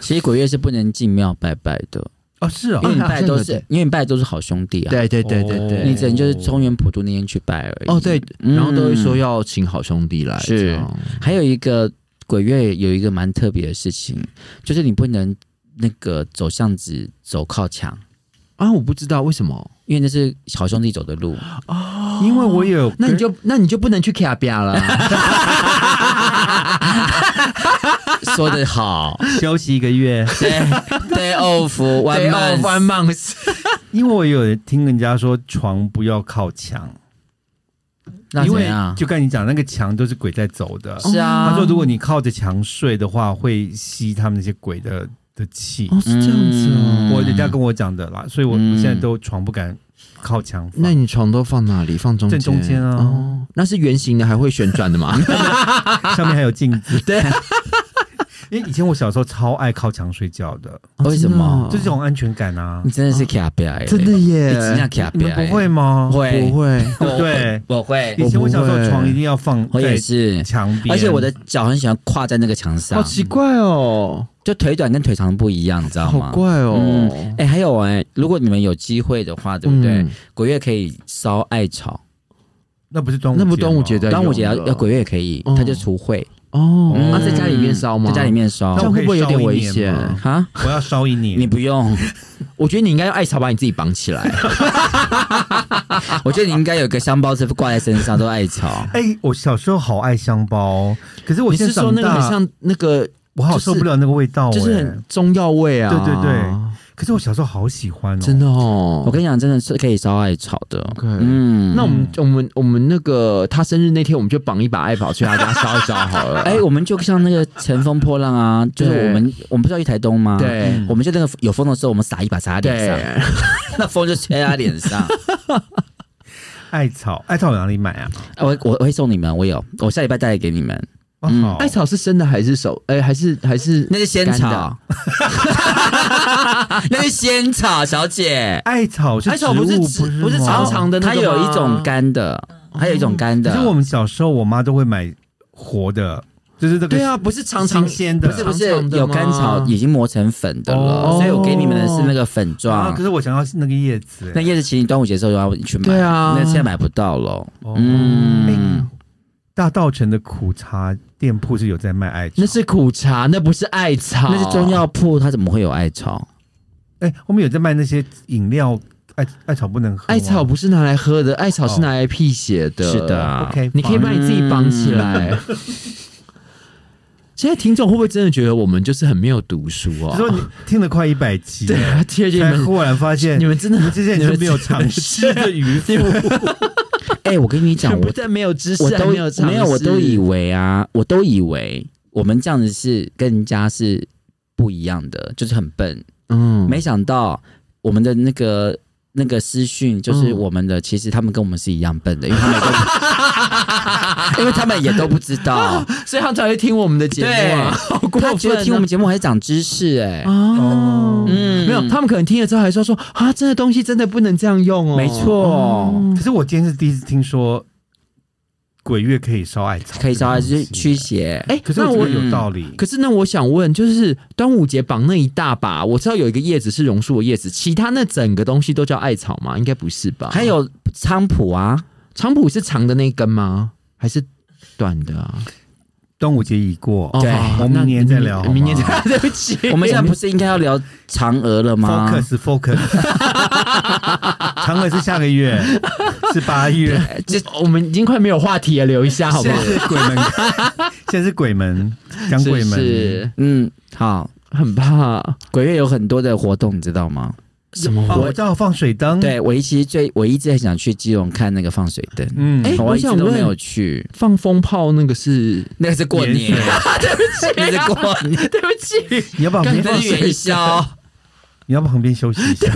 S3: 其实鬼月是不能进庙拜拜的，
S1: 哦是
S3: 因
S1: 哦，
S3: 为你拜的都是
S2: 好像有对，
S3: 因为你拜的都是好兄
S1: 嗯
S3: 弟啊。，
S2: 对对对对对，
S3: 你只能就是中原普渡那天去拜而已。
S2: 哦对，
S3: 嗯
S2: 然后都会说要请好兄弟来，
S3: 是
S2: 这样
S3: 还有一个鬼月有一个蛮特别的事情，就是你不能那个走巷子走靠墙，
S2: 啊，我不知道为什么，
S3: 因为那是好兄弟走的路。
S1: 因为我有
S2: 那你
S1: 跟
S2: 就那你就不能去卡比亚了，
S3: 说得好，
S1: 休息一个 月，
S3: 对 day off one
S1: 啊
S3: month，
S2: 弯棒是
S1: 因为我有听人家说床不要靠墙，
S3: 那
S1: 因
S3: 怎
S1: 为
S3: 样？
S1: 就跟你讲，那个墙都是鬼在走的。
S3: 是啊，
S1: 他说，如果你靠着墙睡的话，会吸他们那些鬼的的气。嗯
S2: 哦，是这样子哦。
S1: 我人家跟我讲的啦，所以我
S3: 啊嗯
S1: 我现在都床不敢靠墙放。
S2: 那你床都放哪里？放中间？
S1: 正中间啊哦
S2: 哦，那是圆形的，还会旋转 的吗？
S1: 上面还有镜 子，
S2: 对。
S1: 因为以前我小时候超爱靠墙睡觉的，
S3: 为什么
S1: 啊就这种安全感啊
S3: 哦你。真的是卡表哎，
S2: 真的耶
S3: 你真的卡
S1: 你
S3: 表
S1: 们不会吗？
S3: 会
S2: 不会？
S1: 对不对？
S3: 我会，
S1: 以前我小时候床一定要放
S3: 我也
S1: 在
S3: 是，
S1: 墙边，
S3: 而且我的脚很喜欢跨在那个墙上
S2: 好，奇怪哦，
S3: 就腿短跟腿长不一样，你知道吗
S2: 好？怪
S3: 嗯
S2: 哦，
S3: 哎，还有哎，如果你们有机会的话，对不对
S2: 嗯？
S3: 鬼月可以烧艾草，
S1: 那不是端午节
S2: 那
S1: 吗，
S2: 不端午节在
S3: 端午节要
S2: 用了
S3: 要鬼月也可以
S2: 哦，
S3: 它就除秽。
S2: 哦，
S3: 嗯
S2: 那在家里面烧吗？
S3: 在家里面烧
S1: 那
S2: 这样
S1: 我可
S2: 会
S1: 以
S2: 不会有
S1: 烧一
S2: 点危
S1: 年
S2: 险？
S1: 吗
S3: 哈，
S1: 我要烧一年。。
S3: 你不 用，
S2: 我觉得你应该用艾草把你自己绑起来。
S3: 我觉得你应该有个香包，是挂在身上都艾草
S1: 哎、我小时候好爱香包，可是我
S2: 你
S1: 现
S2: 是
S1: 在
S2: 说
S1: 长
S2: 那个很
S1: 大，
S2: 像那个，
S1: 我好受不了那个味道、哎
S2: 就是很中药味啊？
S1: 对对对，可是我小时候好喜欢哦，
S2: 真的。哦。
S3: 我跟你讲，真的是可以烧艾草的。
S2: OK
S3: 嗯，
S2: 那我们我们我们那个他生日那天，我们就绑一把艾草去他家烧一烧好了。
S3: 哎，我们就像那个乘风破浪啊，就是
S2: 对
S3: 我们我们不是要去台东吗？
S2: 对
S3: 我们就那个有风的时候，我们撒一把撒在脸上，
S2: 对，
S3: 那风就吹在他脸上。
S1: 艾草，艾草哪里买啊？
S3: 哎我我我会送你们，我有，我下礼拜带来给你们。
S1: 哦，
S3: 嗯
S1: 好，
S2: 艾草是生的还是熟？哎，还是还是
S3: 那是仙
S2: 干的
S3: 草， 那是仙草，小姐。
S1: 艾草是
S2: 艾草不
S1: 植
S2: 是
S1: 物
S2: 植不
S1: 是
S2: 是
S1: 吗
S2: 长长的那
S3: 它
S2: 个吗
S3: 有一种干的，还有一种干的。
S1: 可是我们小时候，我妈都会买活的，就是这个
S2: 对啊，不是长长
S1: 新鲜的啊
S2: 不是
S3: 不
S2: 不
S3: 是
S2: 是
S3: 有甘草已经磨成粉的了，
S1: 哦
S3: 所以我给你们的是那个粉
S1: 啊。
S3: 状
S1: 可。是我想要那个叶子、哎
S3: 那叶子，请你端午节的时候要去买，
S2: 对啊
S3: 那现在买不到喽。
S1: 哦
S3: 嗯，
S1: 哎大道城的苦茶店铺是有在卖艾草，
S2: 那是苦茶，那不是艾草，
S3: 那是中。药铺，它怎么会有艾草？
S1: 哎、我们有在卖那些饮料，艾艾草不能喝吗，
S2: 艾草不是拿来喝的，艾草是拿来辟邪的。
S3: 是的啊
S1: OK，
S2: 你可以把你自己绑起来。 现在听众会不会真的觉得我们就是很没有读书
S1: 你
S2: 啊？
S1: 说你听了快一百集，
S2: 对啊，贴近你
S1: 才
S2: 们，
S1: 忽然发现
S2: 你们真的
S1: 你们这些人是没有尝试 的渔夫，
S3: 哎，我跟你讲，我
S2: 不但没有知识，
S3: 我
S2: 还
S3: 都
S2: 没有尝试
S3: 没有，我都以为啊，我都以为我们这样子是跟人家是不一样的，就是很笨。
S2: 嗯
S3: 没想到我们的那个那个私讯，就是
S2: 嗯
S3: 我们的，其实他们跟我们是一样笨的，因为他们也都不，因为他们也都不知道。
S2: 所以他才会听我们的节目啊，好 过分、
S3: 他
S2: 啊！
S3: 觉得听我们节目还长知识哎、
S2: 哦，
S3: 嗯
S2: 没有，他们可能听了之后还说说啊，真的东西真的不能这样用哦，
S3: 没错
S2: 哦
S1: 可是我今天是第一次听说鬼月可以烧艾草，
S3: 可以稍微去驱。邪。
S2: 哎、
S1: 可是
S2: 那
S1: 我
S2: 我嗯
S1: 觉得有道理，
S2: 可是那我想问，就是端午节绑那一大把，我知道有一个叶子是榕树的叶子，其他那整个东西都叫艾草吗？应该不是吧？
S3: 还有菖蒲啊，
S2: 菖蒲是长的那一根吗？还是短的啊？
S1: 端午节已过，
S2: 哦
S3: 对
S2: 好
S1: 我们
S2: 那
S1: 明年再聊好吗
S2: 明年再聊， 对不起，
S3: 我们现在不是应该要聊嫦娥了吗
S1: focus focus，嫦娥是下个月，是八月，
S2: 这我们已经快没有话题了，留一下好不
S1: 现
S2: 好
S1: 在？是鬼门，现在是鬼门，讲
S2: 是
S1: 鬼门。
S2: 是
S3: 嗯，好，
S2: 很怕
S3: 鬼月有很多的活动，你知道吗？
S2: 什么
S1: 哦，我知道放水
S2: 嗯
S1: 灯，，
S3: 对我一其实最我一直很想去基隆看那个放水灯，
S1: 嗯，
S2: 哎
S3: 我一直
S2: 我想
S3: 都
S2: 问
S3: 没有去，
S2: 放风炮那个是？
S3: 那个是过年
S1: 盐，
S3: 那是过年。
S2: 对不起，
S1: 你要不要旁
S3: 你
S1: 边
S3: 这
S1: 放
S3: 是
S1: 水
S3: 啊元宵，
S1: 你要不要旁边休息一下？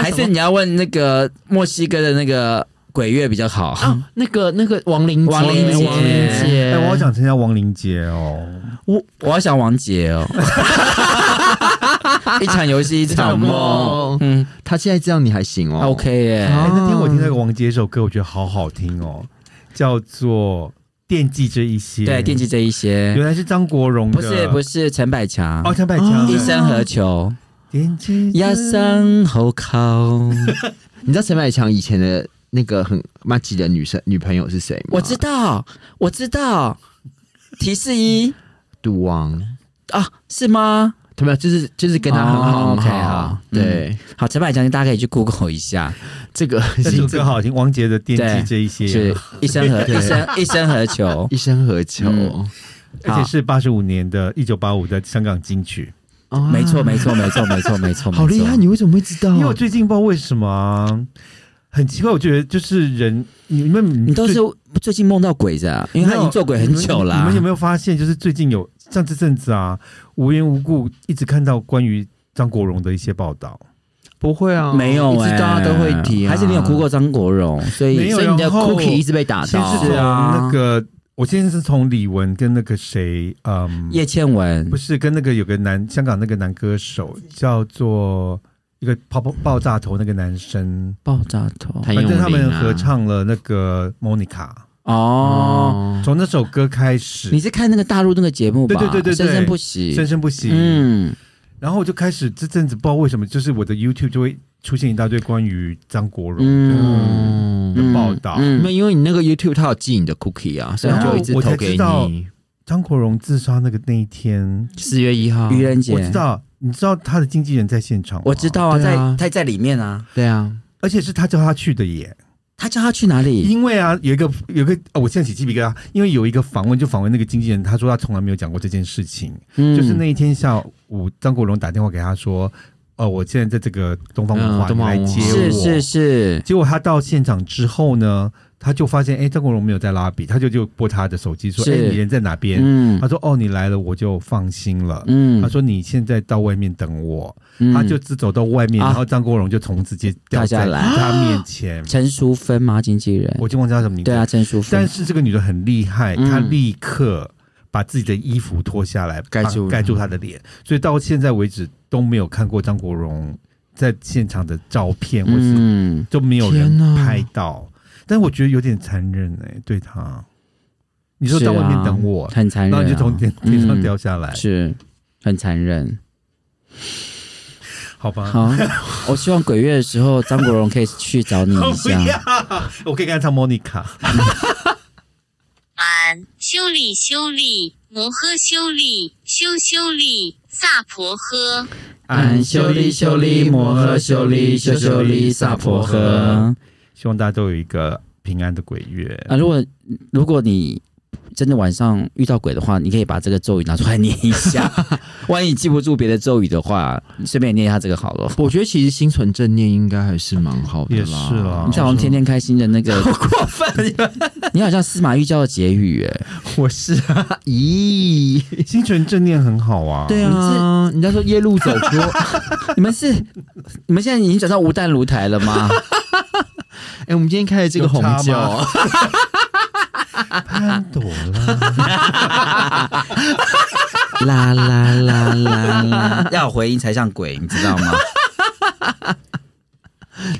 S3: 还是你要问那个墨西哥的那个鬼月比较好？
S2: 啊，那个那个亡灵节
S3: 亡灵节
S2: 亡灵节，
S1: 哎，我好想参加亡灵节哦，
S3: 我 我要想王杰 哦，一场游戏一场梦，嗯
S2: 他现在这样你还行哦
S3: ，OK 耶，
S1: 哎，
S2: 啊
S1: 那天我听那个王杰一首歌，我觉得好好听哦，叫做《惦记这一些》。
S3: 对，惦记，这一些
S1: 原，来是张国荣的，
S3: 不是不是陈百强
S1: 哦，，陈百强
S3: 一
S1: 的
S3: 生何求，
S1: 惦记这
S3: 压伤喉口，
S2: 你知道陈百强以前的那个很骂吉的女生女朋友是谁 吗？
S3: 我知，道，我知道，提示一
S2: 赌王，
S3: 啊，是吗？
S2: 对吧？就是就是跟他很好
S3: 哦
S2: 很
S3: OK，
S2: 好
S3: 好，嗯
S2: 对，
S3: 好，陈百强大家可以去 Google 一下，
S2: 这个
S1: 这首歌好听，王杰的《惦记这一些》
S3: 是一生何 一生一生何求
S2: 一生何求，
S3: 嗯
S1: 而且是八十五年的，一九八五的香港金曲。
S2: 啊
S3: 没错，没错，没错，没错，没错，
S2: 好厉
S3: 没
S2: 害！
S3: 错
S2: 你为什么会知道？
S1: 因为我最近不知道为什么啊、很奇怪，我觉得就是人，你们
S3: 你都是
S1: 最
S3: 最近梦到鬼子啊？因为他已经做鬼很久啊啦、
S1: 你们你们有没有发现，就是最近有像这阵子啊，无缘无故一直看到关于张国荣的一些报道，
S2: 不会啊，
S3: 没有、
S2: 一直
S3: 欸，
S2: 大家都会提、啊，
S3: 还是你有哭过张国荣，所以
S1: 没有
S2: 所以你的
S1: 然后
S2: cookie 一直被打
S1: 先
S2: 到
S1: 是，从
S3: 是啊
S1: 那个，我先是从李玟跟那个谁，嗯，
S3: 叶倩文
S1: 不是跟那个有个男香港那个男歌手叫做一个爆爆爆炸头那个男生，
S3: 爆炸头
S1: 反
S2: 谭咏麟
S1: 正
S2: 啊
S1: 他们合唱了那个 Monica，
S3: 哦。
S2: 哦，
S1: 从那首歌开始
S3: 你，是看那个大陆那个节目吧？
S1: 对对对对对
S3: 生生不息。
S1: 生生不息，
S3: 嗯，
S1: 然后我就开始这阵子不知道为什么，就是我的 YouTube 就会出现一大堆关于张国荣的
S2: 嗯，
S1: 的报道。
S3: 嗯
S2: 没有，因为你那个 YouTube 它有记你的 cookie 啊，所以
S1: 然后
S2: 就一直
S1: 我
S2: 投
S1: 才
S2: 给
S1: 知道
S2: 你。
S1: 张国荣自杀那个那一天，
S2: 四月一号，
S3: 愚人节，
S1: 我知，道，你知道他的经纪人在现场吗
S3: 我知，道啊，
S2: 对
S3: 在
S2: 啊
S3: 他在里面啊。
S2: 对啊，
S1: 而且是他叫他去的耶。
S3: 他叫他去哪里？
S1: 因为啊，有一个有一个、哦，我现在起鸡皮疙瘩，因为有一个访问就访问那个经纪人，他说他从来没有讲过这件事情，
S3: 嗯
S1: 就是那一天下午，张国荣打电话给他说，呃，我现在在这个东方文化，
S2: 嗯东
S1: 你
S2: 方
S1: 来
S2: 文化
S1: 接我。
S3: 是是是，
S1: 结果他到现场之后呢，他就发现，哎，张国荣没有在拉比，他就就拨他的手机说，
S3: 是
S1: 哎，你人在哪边？
S3: 嗯
S1: 他说，哦，你来了，我就放心了。
S3: 嗯
S1: 他说：“你现在到外面等我。他就只走到外面，
S3: 啊
S1: 然后张国荣就从直接掉在
S3: 掉下来
S1: 他面前。
S3: 陈淑芬吗？经纪人？
S1: 我已经忘记他什么名字
S3: 对
S1: 了，
S3: 啊，陈淑芬。
S1: 但是这个女的很厉害，
S3: 嗯
S1: 她立刻把自己的衣服脱下来，
S2: 盖住
S1: 把盖住她的脸，所以到现在为止都没有看过张国荣在现场的照片，或是
S3: 嗯，
S1: 都没有
S2: 天
S1: 人
S2: 哪
S1: 拍到。但我觉得有点残忍哎、对他，你说
S3: 是
S1: 到
S3: 啊
S1: 外面等我，
S3: 很残
S1: 然后
S3: 忍啊，
S1: 你就从天天上
S3: 嗯
S1: 掉下来，
S3: 是很残忍。
S1: 好吧？
S3: 好，我希望鬼月的时候，张国荣可以去找你一
S1: 我不要
S3: 下。，
S1: 我可以跟他唱《莫妮卡》。
S4: 俺修理修理摩诃修理修修理萨婆诃。
S3: 俺修利修利摩诃修利修修利萨婆诃。
S1: 希望大家都有一个平安的鬼月。
S3: 啊，如果如果你真的晚上遇到鬼的话，你可以把这个咒语拿出来念 一下。万一你记不住别的咒语的话，你顺便念一下这个好了。
S2: 我觉得其实心存正念应该还是蛮好的啦，
S1: 也是啦
S3: 你好像天天开心的那个，
S2: 过分，
S3: 你好像司马懿教的结语哎、
S2: 我是啊，咦，
S1: 心存正念很好啊。
S2: 对啊，人家说夜路走过，
S3: 你们是你们现在已经转到无弹炉台了吗？
S2: 哎，我们今天开的这个红
S1: 有
S2: 酒
S1: 差吗潘朵拉，
S3: 啦啦啦啦啦，要有回音才像鬼，你知道吗？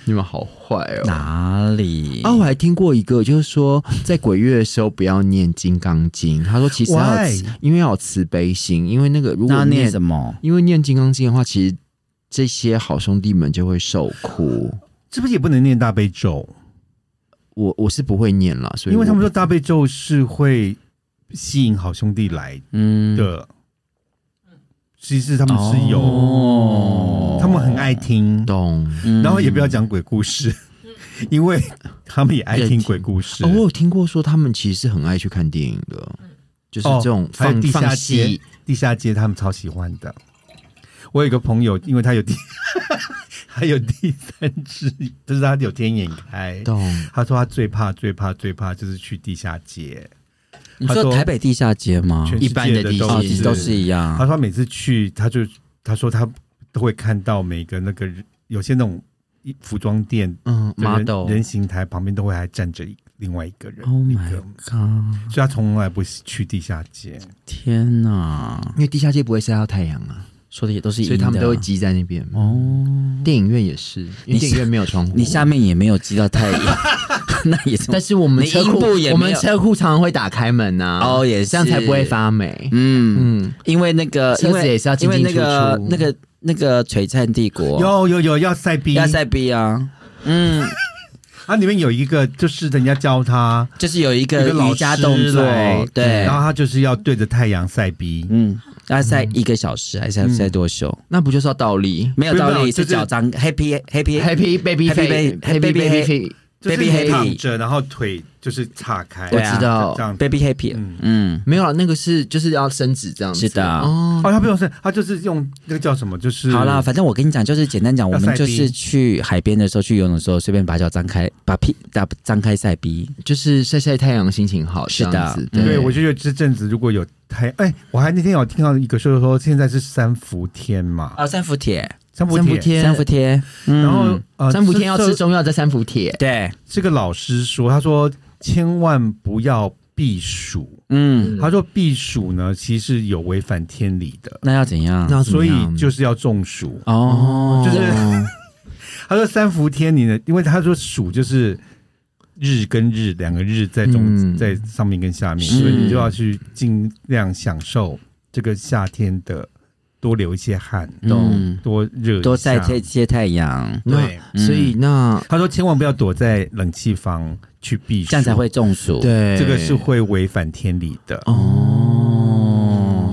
S2: 你们好坏哦。
S3: 哪里？
S2: 啊，我还听过一个，就是说在鬼月的时候不要念《金刚经》，他说其实要有
S1: Why？
S2: 慈因为要有慈悲心，因为那个如
S3: 那
S2: 果
S3: 要念
S2: 念
S3: 什么？
S2: 因为念《金刚经》的话，其实这些好兄弟们就会受苦。
S1: 是不是也不能念大悲咒？
S2: 我我是不会念啦，所以
S1: 因为他们
S2: 我
S1: 说大悲咒是会吸引好兄弟来
S3: 嗯，
S1: 的。
S2: 嗯
S1: 其实他们是有，
S3: 哦
S1: 他们很爱听
S2: 不，懂。嗯
S3: 嗯
S1: 然后也不要讲鬼故事，因为他们也爱听鬼故事。
S2: 哦，我有听过说他们其实很爱去看电影的，就是
S1: 哦
S2: 这种
S1: 还有
S2: 放、
S1: 地下
S2: 放
S1: 街
S2: 戏。，
S1: 地下街他们超喜欢的。我有一个朋友，因为他有第， 还有第三只，就是他有天眼开。
S2: 懂
S1: 他说他最怕、最怕、最怕就是去地下街。
S3: 你
S1: 他
S3: 说
S1: 说
S3: 台北地下街吗？
S1: 全世界
S2: 一般的地
S1: 都
S2: 下
S3: 哦，
S1: 是
S3: 其实都是一
S1: 他
S3: 样。
S1: 说他每次去，他就他说他都会看到每个那个人有些那种衣服装店
S2: 嗯
S1: 的人
S2: ，model
S1: 人行台旁边都会还站着一另外一个人
S3: Oh
S1: 一
S3: my
S1: 个所
S3: god！
S1: 以他从来不去地下街。
S3: 天哪，
S2: 因为地下街不会晒到太阳啊，
S3: 说的也都是阴
S2: 所
S3: 的，
S2: 以他们都会积在那边。
S3: 哦。
S2: 电影院也是，因
S3: 你
S2: 为电影院没有窗户。
S3: 你下面也没有积到太阳，那也是
S2: 但是我们
S3: 你
S2: 车库
S3: 阴部也没有
S2: 我们车库常常会打开门呐、
S3: 哦也是
S2: 这样才不会发霉。
S3: 嗯，
S2: 嗯，
S3: 因为那个
S2: 车子
S3: 因为
S2: 也是要进
S3: 因为
S2: 进
S3: 那个
S2: 出出
S3: 那个那个璀璨帝国
S1: 有有有要塞逼，
S3: 要塞逼啊，嗯，
S1: 它啊里面有一个就是人家教他
S3: 就是有一
S1: 一
S3: 个
S1: 个老
S3: 瑜伽动
S1: 师
S3: 作
S1: 来，嗯
S3: 对
S1: 然，后他就是要对着太阳晒逼，
S3: 嗯，要塞一个小时还是要塞多
S1: 嗯
S3: 久？
S2: 那不就是要倒立
S3: 没有
S1: 没有
S3: 道
S1: 没有
S3: 理，是
S1: 就是
S3: 脚张 happy happy
S2: ？Happy baby
S3: Happy baby-
S2: face，Happy baby face，
S1: 就是
S3: Baby
S1: 你躺
S3: Haley
S1: 着，然后腿就是岔开，
S3: 我
S2: 对
S1: 这
S2: 啊
S3: 知道
S1: 样子。
S3: ，Baby Happy，
S1: 嗯
S3: 嗯，
S2: 没有了，那个是就是要伸直这样子。
S3: 是的
S2: 哦，
S1: 哦，他不用伸，他就是用那个叫什么，就是
S3: 好啦，，反正我跟你讲，就是简单讲，我
S1: 要
S3: 们
S1: 晒
S3: 就是
S1: 逼
S3: 去海边的时候，去游泳的时候，随便把脚张开，把屁打张开晒逼。
S2: 就是晒晒太阳，心情好
S3: 是
S2: 这
S3: 的
S2: 样子。
S3: 嗯
S1: 对我就觉得这阵子如果有太哎，我还那天有听到一个说说现在是三伏天嘛，
S3: 啊，三伏贴，
S1: 三伏
S2: 三伏
S1: 天，
S2: 贴，
S3: 三伏贴，嗯
S1: 然后呃，
S2: 三伏天要
S1: 这
S2: 吃中药，在三伏贴。
S3: 对，
S1: 这个老师说，他说千万不要避暑，
S3: 嗯，
S1: 他说避暑呢其实有违反天理的，
S3: 那要怎样？
S2: 那怎
S1: 所
S2: 么
S1: 以
S2: 样
S1: 就是要中暑。
S3: 哦，
S1: 就是他说三伏天你呢，因为他说暑就是日跟日两个日在中、
S2: 嗯
S1: 在上面跟下面，
S3: 是
S1: 所以你就要去尽量享受这个夏天的多流一些汗，
S3: 嗯
S1: 多热一
S3: 多晒
S1: 下
S3: 些些太阳，
S1: 对，
S3: 嗯
S2: 那所以那
S1: 他说千万不要躲在冷气房去避暑，
S3: 这样才会中暑。，
S2: 对
S1: 这个是会违反天理的。
S2: 哦，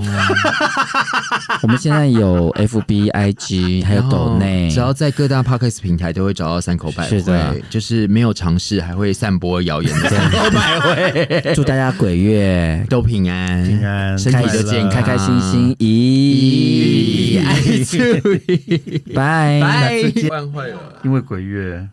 S3: 我们现在有 FB、IG，还有
S2: 然后
S3: 抖内，
S2: 只要在各大 podcast 平台都会找到三口百
S3: 是的
S2: 惠，就是没有尝试还会散播谣言的三口百惠，
S3: 祝大家鬼 月
S2: 都平安，
S1: 平安
S2: 身
S1: 开
S2: 体
S1: 心
S2: 都健康，
S3: 开开心心，咦，
S2: 爱注意，
S3: 拜
S2: 拜，万会了。
S1: 因为鬼月。